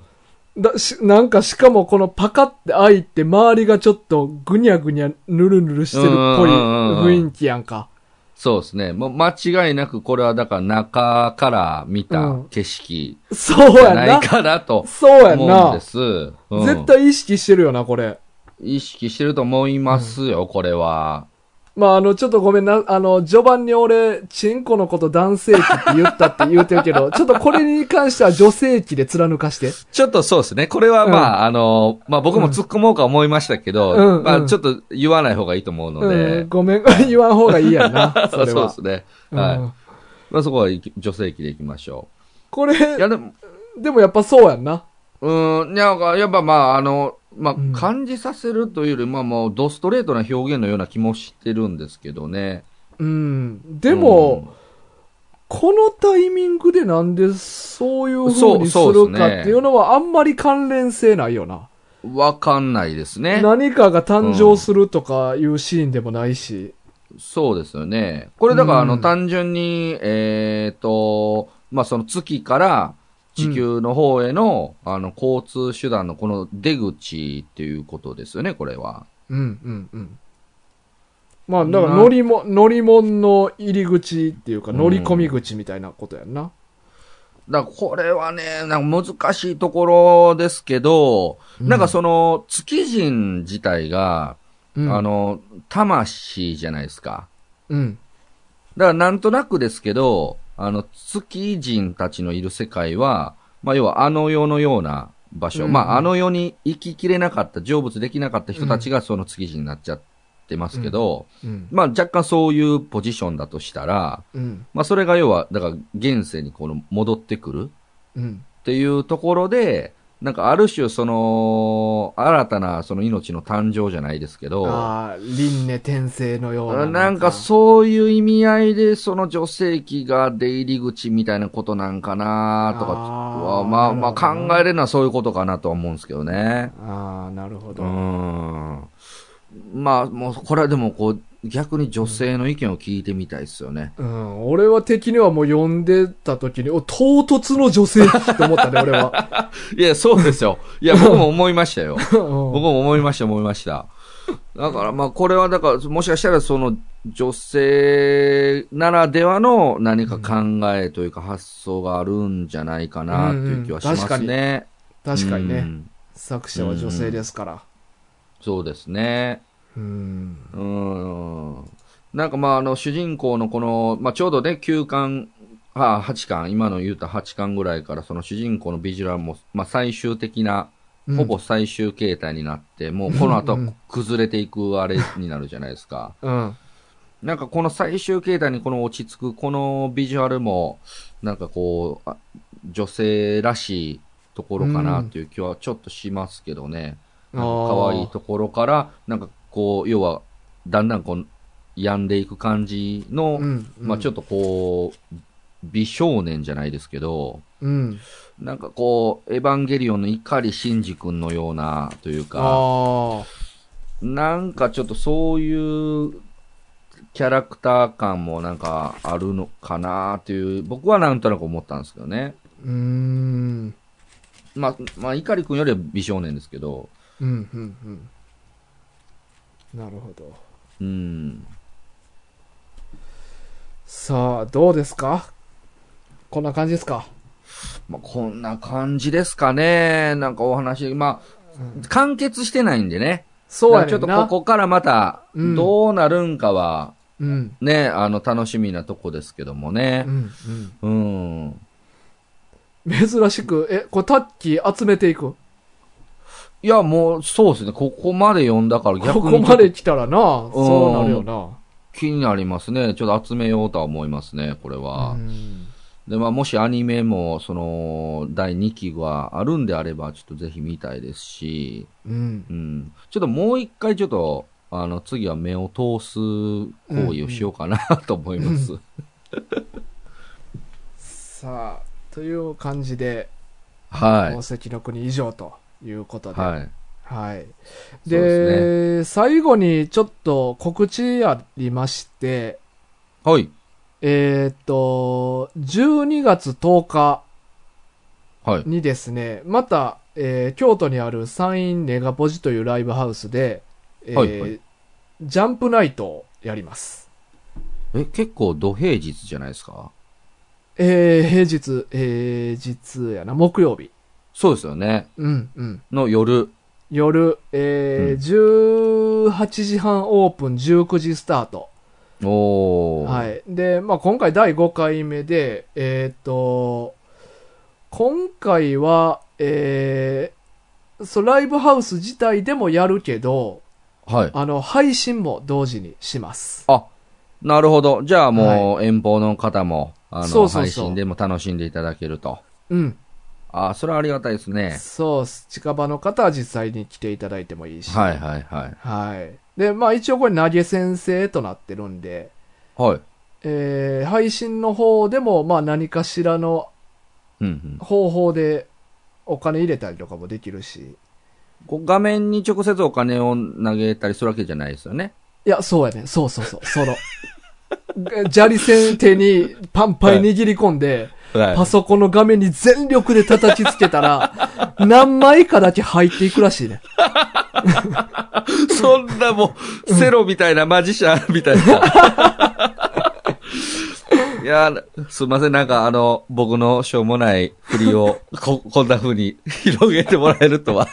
S1: だし、なんかしかもこのパカって開いて周りがちょっとぐにゃぐにゃぬるぬるしてるっぽい
S2: うんうんうんうん
S1: 雰囲気やんか。
S2: い。そうですね。もう間違いなくこれはだから中から見
S1: う
S2: た
S1: ん
S2: 景色
S1: そう
S2: じ
S1: や
S2: ゃ
S1: ん
S2: ない
S1: な。
S2: かなと
S1: そうやん
S2: 思うん
S1: な
S2: で。す。うん
S1: 絶対意識してるよな、これ。
S2: 意識してると思いますよ、これは。
S1: まあ、あの、ちょっとごめんな、あの、序盤に俺、チンコのこと男性器って言ったって言うてるけど、 [laughs] ちょっとこれに関しては女性器で貫かして。
S2: ちょっとそうですね。これは
S1: うん
S2: まあ、あの、まあ僕も突っ込もうか思いましたけど、
S1: うんうん
S2: まあちょっと言わない方がいいと思うので、
S1: うん、
S2: [laughs]
S1: ごめん、 [laughs] 言わん方がいいやんな、そ
S2: そう
S1: れ
S2: で
S1: は。
S2: すね。はい。
S1: うん
S2: まあそこはいき女性器でいきましょ
S1: これ、
S2: う。いやでも、
S1: でもやっぱそうやんな。
S2: うーん、なんかやっぱまああの、ま
S1: うん
S2: あ感じさせるというより、まあもうドストレートな表現のような気もしてるんですけどね。
S1: うん。でも、このタイミングでなんでそういう風にす
S2: そうそう
S1: る
S2: です
S1: か
S2: ね
S1: っていうのはあんまり関連性ないよな。
S2: わかんないですね。
S1: 何かが誕生するとかいうシーンでもないし。
S2: そうですよね。これだから、あ
S1: う
S2: の、
S1: ん
S2: 単純に、えっ、と、まあ、その月から地球の方への、あの、交通手段のこの出口っていうことですよね、これは。
S1: うん、うん、うん。まあ、だから乗りも、乗り物の入り口っていうか、
S2: うん
S1: 乗り込み口みたいなことやんな。
S2: だから、これはね、なんか難しいところですけど、
S1: うん
S2: なんかその、月人自体が、
S1: うん、
S2: あ、の、魂じゃないですか。
S1: うん。
S2: だからなんとなくですけど、あの、月人たちのいる世界は、まあ、要はあの世のような場所、
S1: うん
S2: まあ、あの世に生ききれなかった、成仏できなかった人たちがその月人になっちゃってますけど、
S1: うん。
S2: まあ、若干そういうポジションだとしたら、
S1: うん。
S2: まあ、それが要は、だから、現世にこの戻ってくる
S1: うん。
S2: っていうところで、なんかある種その、新たなその命の誕生じゃないですけど、
S1: ああ、輪廻転生のような。
S2: なんかそういう意味合いで、その女性器が出入り口みたいなことなんかなとか
S1: あー
S2: は、ま
S1: な
S2: あま
S1: る
S2: あ
S1: ほどね
S2: 考えれるのはそういうことかなとは思うんですけどね。
S1: ああ、なるほ
S2: う
S1: ど。
S2: ん。まあもうこれはでもこう、逆に女性の意見を聞いてみたいですよね。
S1: うん、俺は的にはもう呼んでた時に、お、唐突の女性って思ったね、俺
S2: [laughs]
S1: は。
S2: いや、そうですよ。いや、僕も思いましたよ。僕
S1: 僕
S2: も思いました、思いました。だから、まあ、これは、だから、もしかしたら、その、女性ならではの何か考えというか発想があるんじゃないかな、という気はしますね。
S1: 確かに
S2: う
S1: ね、
S2: ん
S1: 作者は女性ですから。
S2: そうですね。
S1: うん。
S2: うん。なんか、まあ、あの、主人公のこの、まあ、ちょうどね、9巻、あ8巻、今の言うた8巻ぐらいから、その主人公のビジュアルも、まあ、最終的な、
S1: うん
S2: ほぼ最終形態になって、もうこの後は崩れていくあれになるじゃないですか。
S1: うん。
S2: なんかこの最終形態にこの落ち着く、このビジュアルも、なんかこう、あ女性らしいところかなという気はちょっとしますけどね。なんか可愛いところから、なんかこう、要は、だんだんこう、病んでいく感じの、
S1: うん
S2: まあちょっ
S1: っ
S2: とこう、美少年じゃないですけど、
S1: と。うん。
S2: なんかこう、エヴァンゲリオンの碇シンジ君のような、というか、
S1: ああ。
S2: なんかちょっとそういうキャラクター感もなんかあるのかなっていう、僕はなんとなく思ったんですけどね。
S1: うーん。
S2: まあ、まあ、碇くんよりは美少年ですけど、
S1: うん、うん、うん。なるほど。
S2: うん。
S1: さあ、どうですかこんな感じですか
S2: まあ、こんな感じですかね。なんかお話、まあ、完結してないんでね。
S1: そうや
S2: だ
S1: ね
S2: から
S1: ん
S2: ちょ
S1: な
S2: っとここからまた、
S1: うん
S2: どうなるんかは、
S1: うん。
S2: ね、あの、楽しみなとこですけどもね
S1: う。ん、うん。
S2: うん。
S1: 珍しく、え、これタッキー集めていく。
S2: いや、もう、そうですね。ここまで読んだから逆にちょ
S1: こ
S2: っと。
S1: こまで来たらな、そうなるよな。
S2: 気になりますね。ちょっと集めようとは思いますね、これは。で、まあ、もしアニメも、その、第2期があるんであれば、ちょっとぜひ見たいですし、
S1: うん
S2: う。ん。ちょっともう一回、ちょっと、あの、次は目を通す行為をしようかな、と思います。
S1: [laughs] さあ、という感じで、
S2: は
S1: 宝石の国以上ということ
S2: い。
S1: で。
S2: はい。
S1: はい。
S2: う
S1: で
S2: で
S1: 最後にちょっと告知ありまして、
S2: はい。
S1: えーっと、12月10日
S2: はい。
S1: にですね、また、えー京都にある山陰ネガポジというライブハウスで、えー
S2: はいはい
S1: ジャンプナイトをやります。
S2: え、結構、土平日じゃないですか
S1: えー、平日、えー、日やな、木曜日。
S2: そうですよね。
S1: うん、うん。
S2: の夜。
S1: 夜、えー18時半オープン、19時スタート。
S2: おー。
S1: はい。で、まあ、今回第5回目で、えーっと、今回は、えー、そう、ライブハウス自体でもやるけど、
S2: はい。
S1: あの、配信も同時にします。
S2: あ、なるほど。じゃあもう遠方の方も、あの、
S1: そうそうそう
S2: 配信でも楽しんでいただけると。
S1: うん。
S2: あ、それはありがたいですね。
S1: そうっす、近場の方は実際に来ていただいてもいいし。
S2: はいはいはい。
S1: はい。で、まあ一応これ投げ先生となってるんで、
S2: はい。
S1: えー、配信の方でも、まあ何かしらの
S2: うんうん。
S1: 方法でお金入れたりとかもできるし、
S2: こう画面に直接お金を投げたりするわけじゃないですよね。
S1: いや、そうやね。そうそうそう。その、 [laughs] 砂利線手にパンパイ握り込んで、
S2: は
S1: パソコンの画面に全力で叩きつけたら、何枚かだけ入っていくらしいね。
S2: [laughs] そんなもう、セロみたいなマジシャンみたいな。 [laughs] いやー、すいません。なんかあの、僕のしょうもない振りを、こ、こんな風に [laughs] 広げてもらえるとは。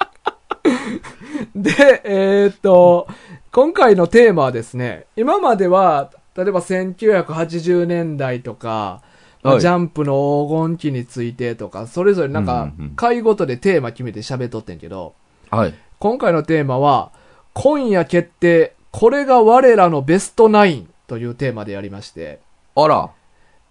S1: [laughs] で、えーっと、今回のテーマはですね、今までは、例えば1980年代とか、まあ
S2: はい
S1: ジャンプの黄金期についてとか、それぞれなんか
S2: うんうんうん、
S1: 回ごとでテーマ決めて喋っとってんけど、
S2: はい。
S1: 今回のテーマは、今夜決定、これが我らのベストナインというテーマでやりまして、
S2: あら。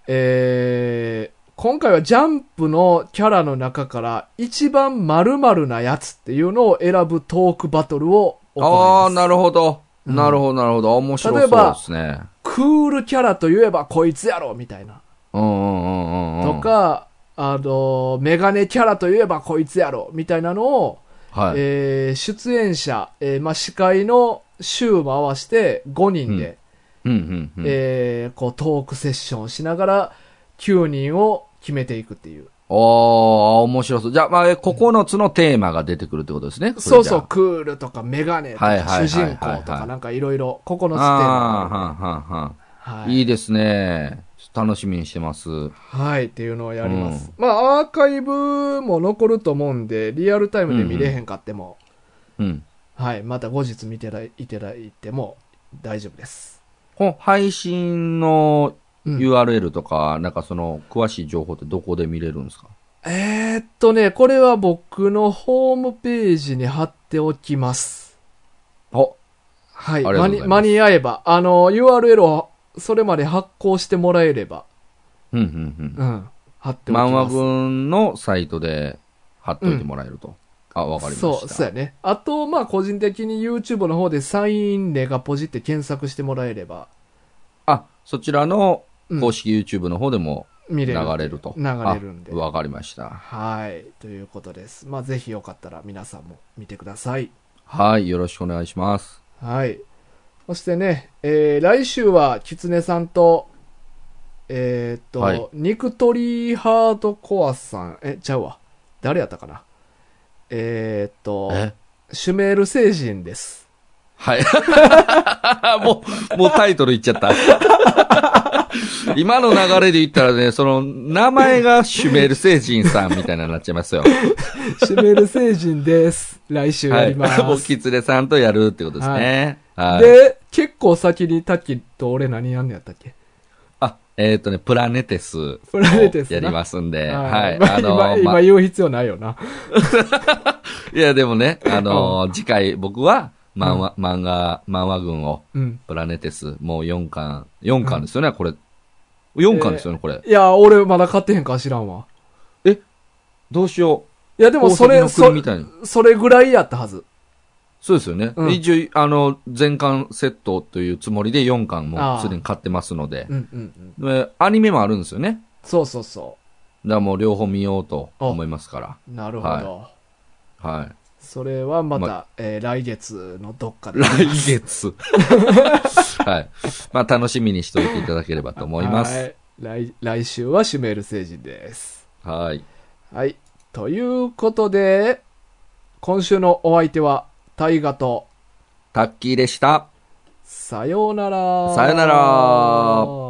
S1: えー、今回はジャンプのキャラの中から一番〇〇なやつっていうのを選ぶトークバトルを行い
S2: あ
S1: ま
S2: あ、
S1: す。
S2: なるほど。
S1: うん
S2: なるほど、なるほど。面白
S1: 例
S2: そ
S1: え
S2: う
S1: ば
S2: ですね。
S1: クールキャラといえばこいつやろみたいな。
S2: うんうんうんうんうん。
S1: と、か、あの、メガネキャラといえばこいつやろみたいなのを、
S2: はい。
S1: えー出演者、えーまあ、司会の週も合わせて5人で、
S2: うんうんうん。
S1: えーこうトークセッションをしながら9人を決めていくっていう。
S2: おー、面白そう。じゃあ、まあ、え9つのテーマが出てくるってことですね。
S1: そう
S2: れじゃ
S1: そ
S2: あ
S1: う、。クールとかメガネと
S2: はいは
S1: か
S2: いはいはいは
S1: 主
S2: い
S1: 人公とかなんかいろいろ9つテー
S2: あ
S1: マ
S2: あー、はんはんはん。、
S1: がある。はい
S2: い
S1: い。
S2: ですね。楽しみにしてます。は
S1: はい、っていうのをやります。まあアーカイブも残ると思うんで、リアルタイムで見れへんかっても、
S2: うん。
S1: はい、また後日見ていただいても大丈夫です。
S2: この配信の
S1: うん
S2: URL とか、なんかその、詳しい情報ってどこで見れるんですか
S1: えーっとね、これは僕のホームページに貼っておきます。
S2: お
S1: はい。
S2: あり
S1: 間
S2: がとうござい
S1: に
S2: ます
S1: 間に合えば、あの、URL をそれまで発行してもらえれば、
S2: うんうん
S1: うん。貼っ
S2: う
S1: て
S2: ん。
S1: おきます。
S2: 漫画軍のサイトで貼っといてもらえると。あ、わかりました。
S1: そう、そうやね。あと、まあ、個人的に YouTube の方でサインレガポジって検索してもらえれば、
S2: あ、そちらの
S1: うん
S2: 公式 YouTube の方でも
S1: 見
S2: 流
S1: れる。
S2: れると。
S1: 流れるんで
S2: あ。わかりました。
S1: はい。ということです。まあ、ぜひよかったら皆さんも見てください。
S2: はい、よろしくお願いします。
S1: はい。そしてね、えー、来週は、キツネさんと、えーっと、
S2: はい
S1: 肉鳥ハートコアさん、え、ちゃうわ。誰やったかなえーっと、シュメール星人です。
S2: はい。 [laughs] もう、もうタイトル言っちゃった。 [laughs] 今の流れで言ったらね、その、名前がシュメール星人さんみたいなのになっちゃいますよ。
S1: シュメール星人
S2: [laughs]
S1: です。来週 [laughs] や
S2: は
S1: り
S2: い。 [laughs]
S1: ます。
S2: もう、キツネさんとやるってことですね。はい。
S1: で、結構先にタッキーと俺何やんのやったっけ
S2: あ、えっ、とね、プラネテス。
S1: プラネテスな
S2: やりますんで。は
S1: はい
S2: い。
S1: まあ
S2: あの
S1: 今、
S2: ま
S1: 今言う必要ないよな。
S2: いや、でもね、あのー次回僕は、漫画、漫画、漫画群を、
S1: うん。
S2: プラネテス、もう4巻、4巻ですよね、これ。4巻ですよね、これ。
S1: いや、俺まだ買ってへんか知らんわ。
S2: どうしよ
S1: いや、で
S2: う。
S1: もそれ、
S2: 宝石の
S1: そ
S2: 国みたいに。
S1: それぐらいやったはず。
S2: そうですよね。
S1: うん
S2: 一応、あの、全巻セットというつもりで4巻
S1: あ
S2: も
S1: あ
S2: すでに買ってますので
S1: う。んうんうん。
S2: でアニメもあるんですよね。
S1: そうそうそ
S2: だからもう両方見ようと思いますから。
S1: う。なるほど。
S2: ははい。
S1: それはまた、
S2: ま
S1: えー来月のどっかで。
S2: 来月。はい。まあ、楽しみにしておいていただければと思いま
S1: は
S2: す。
S1: い来。来週はシュメール星人です。
S2: はい。
S1: はい。ということで、今週のお相手は、タイガと、
S2: タッキーでした。
S1: さようなら。
S2: さようなら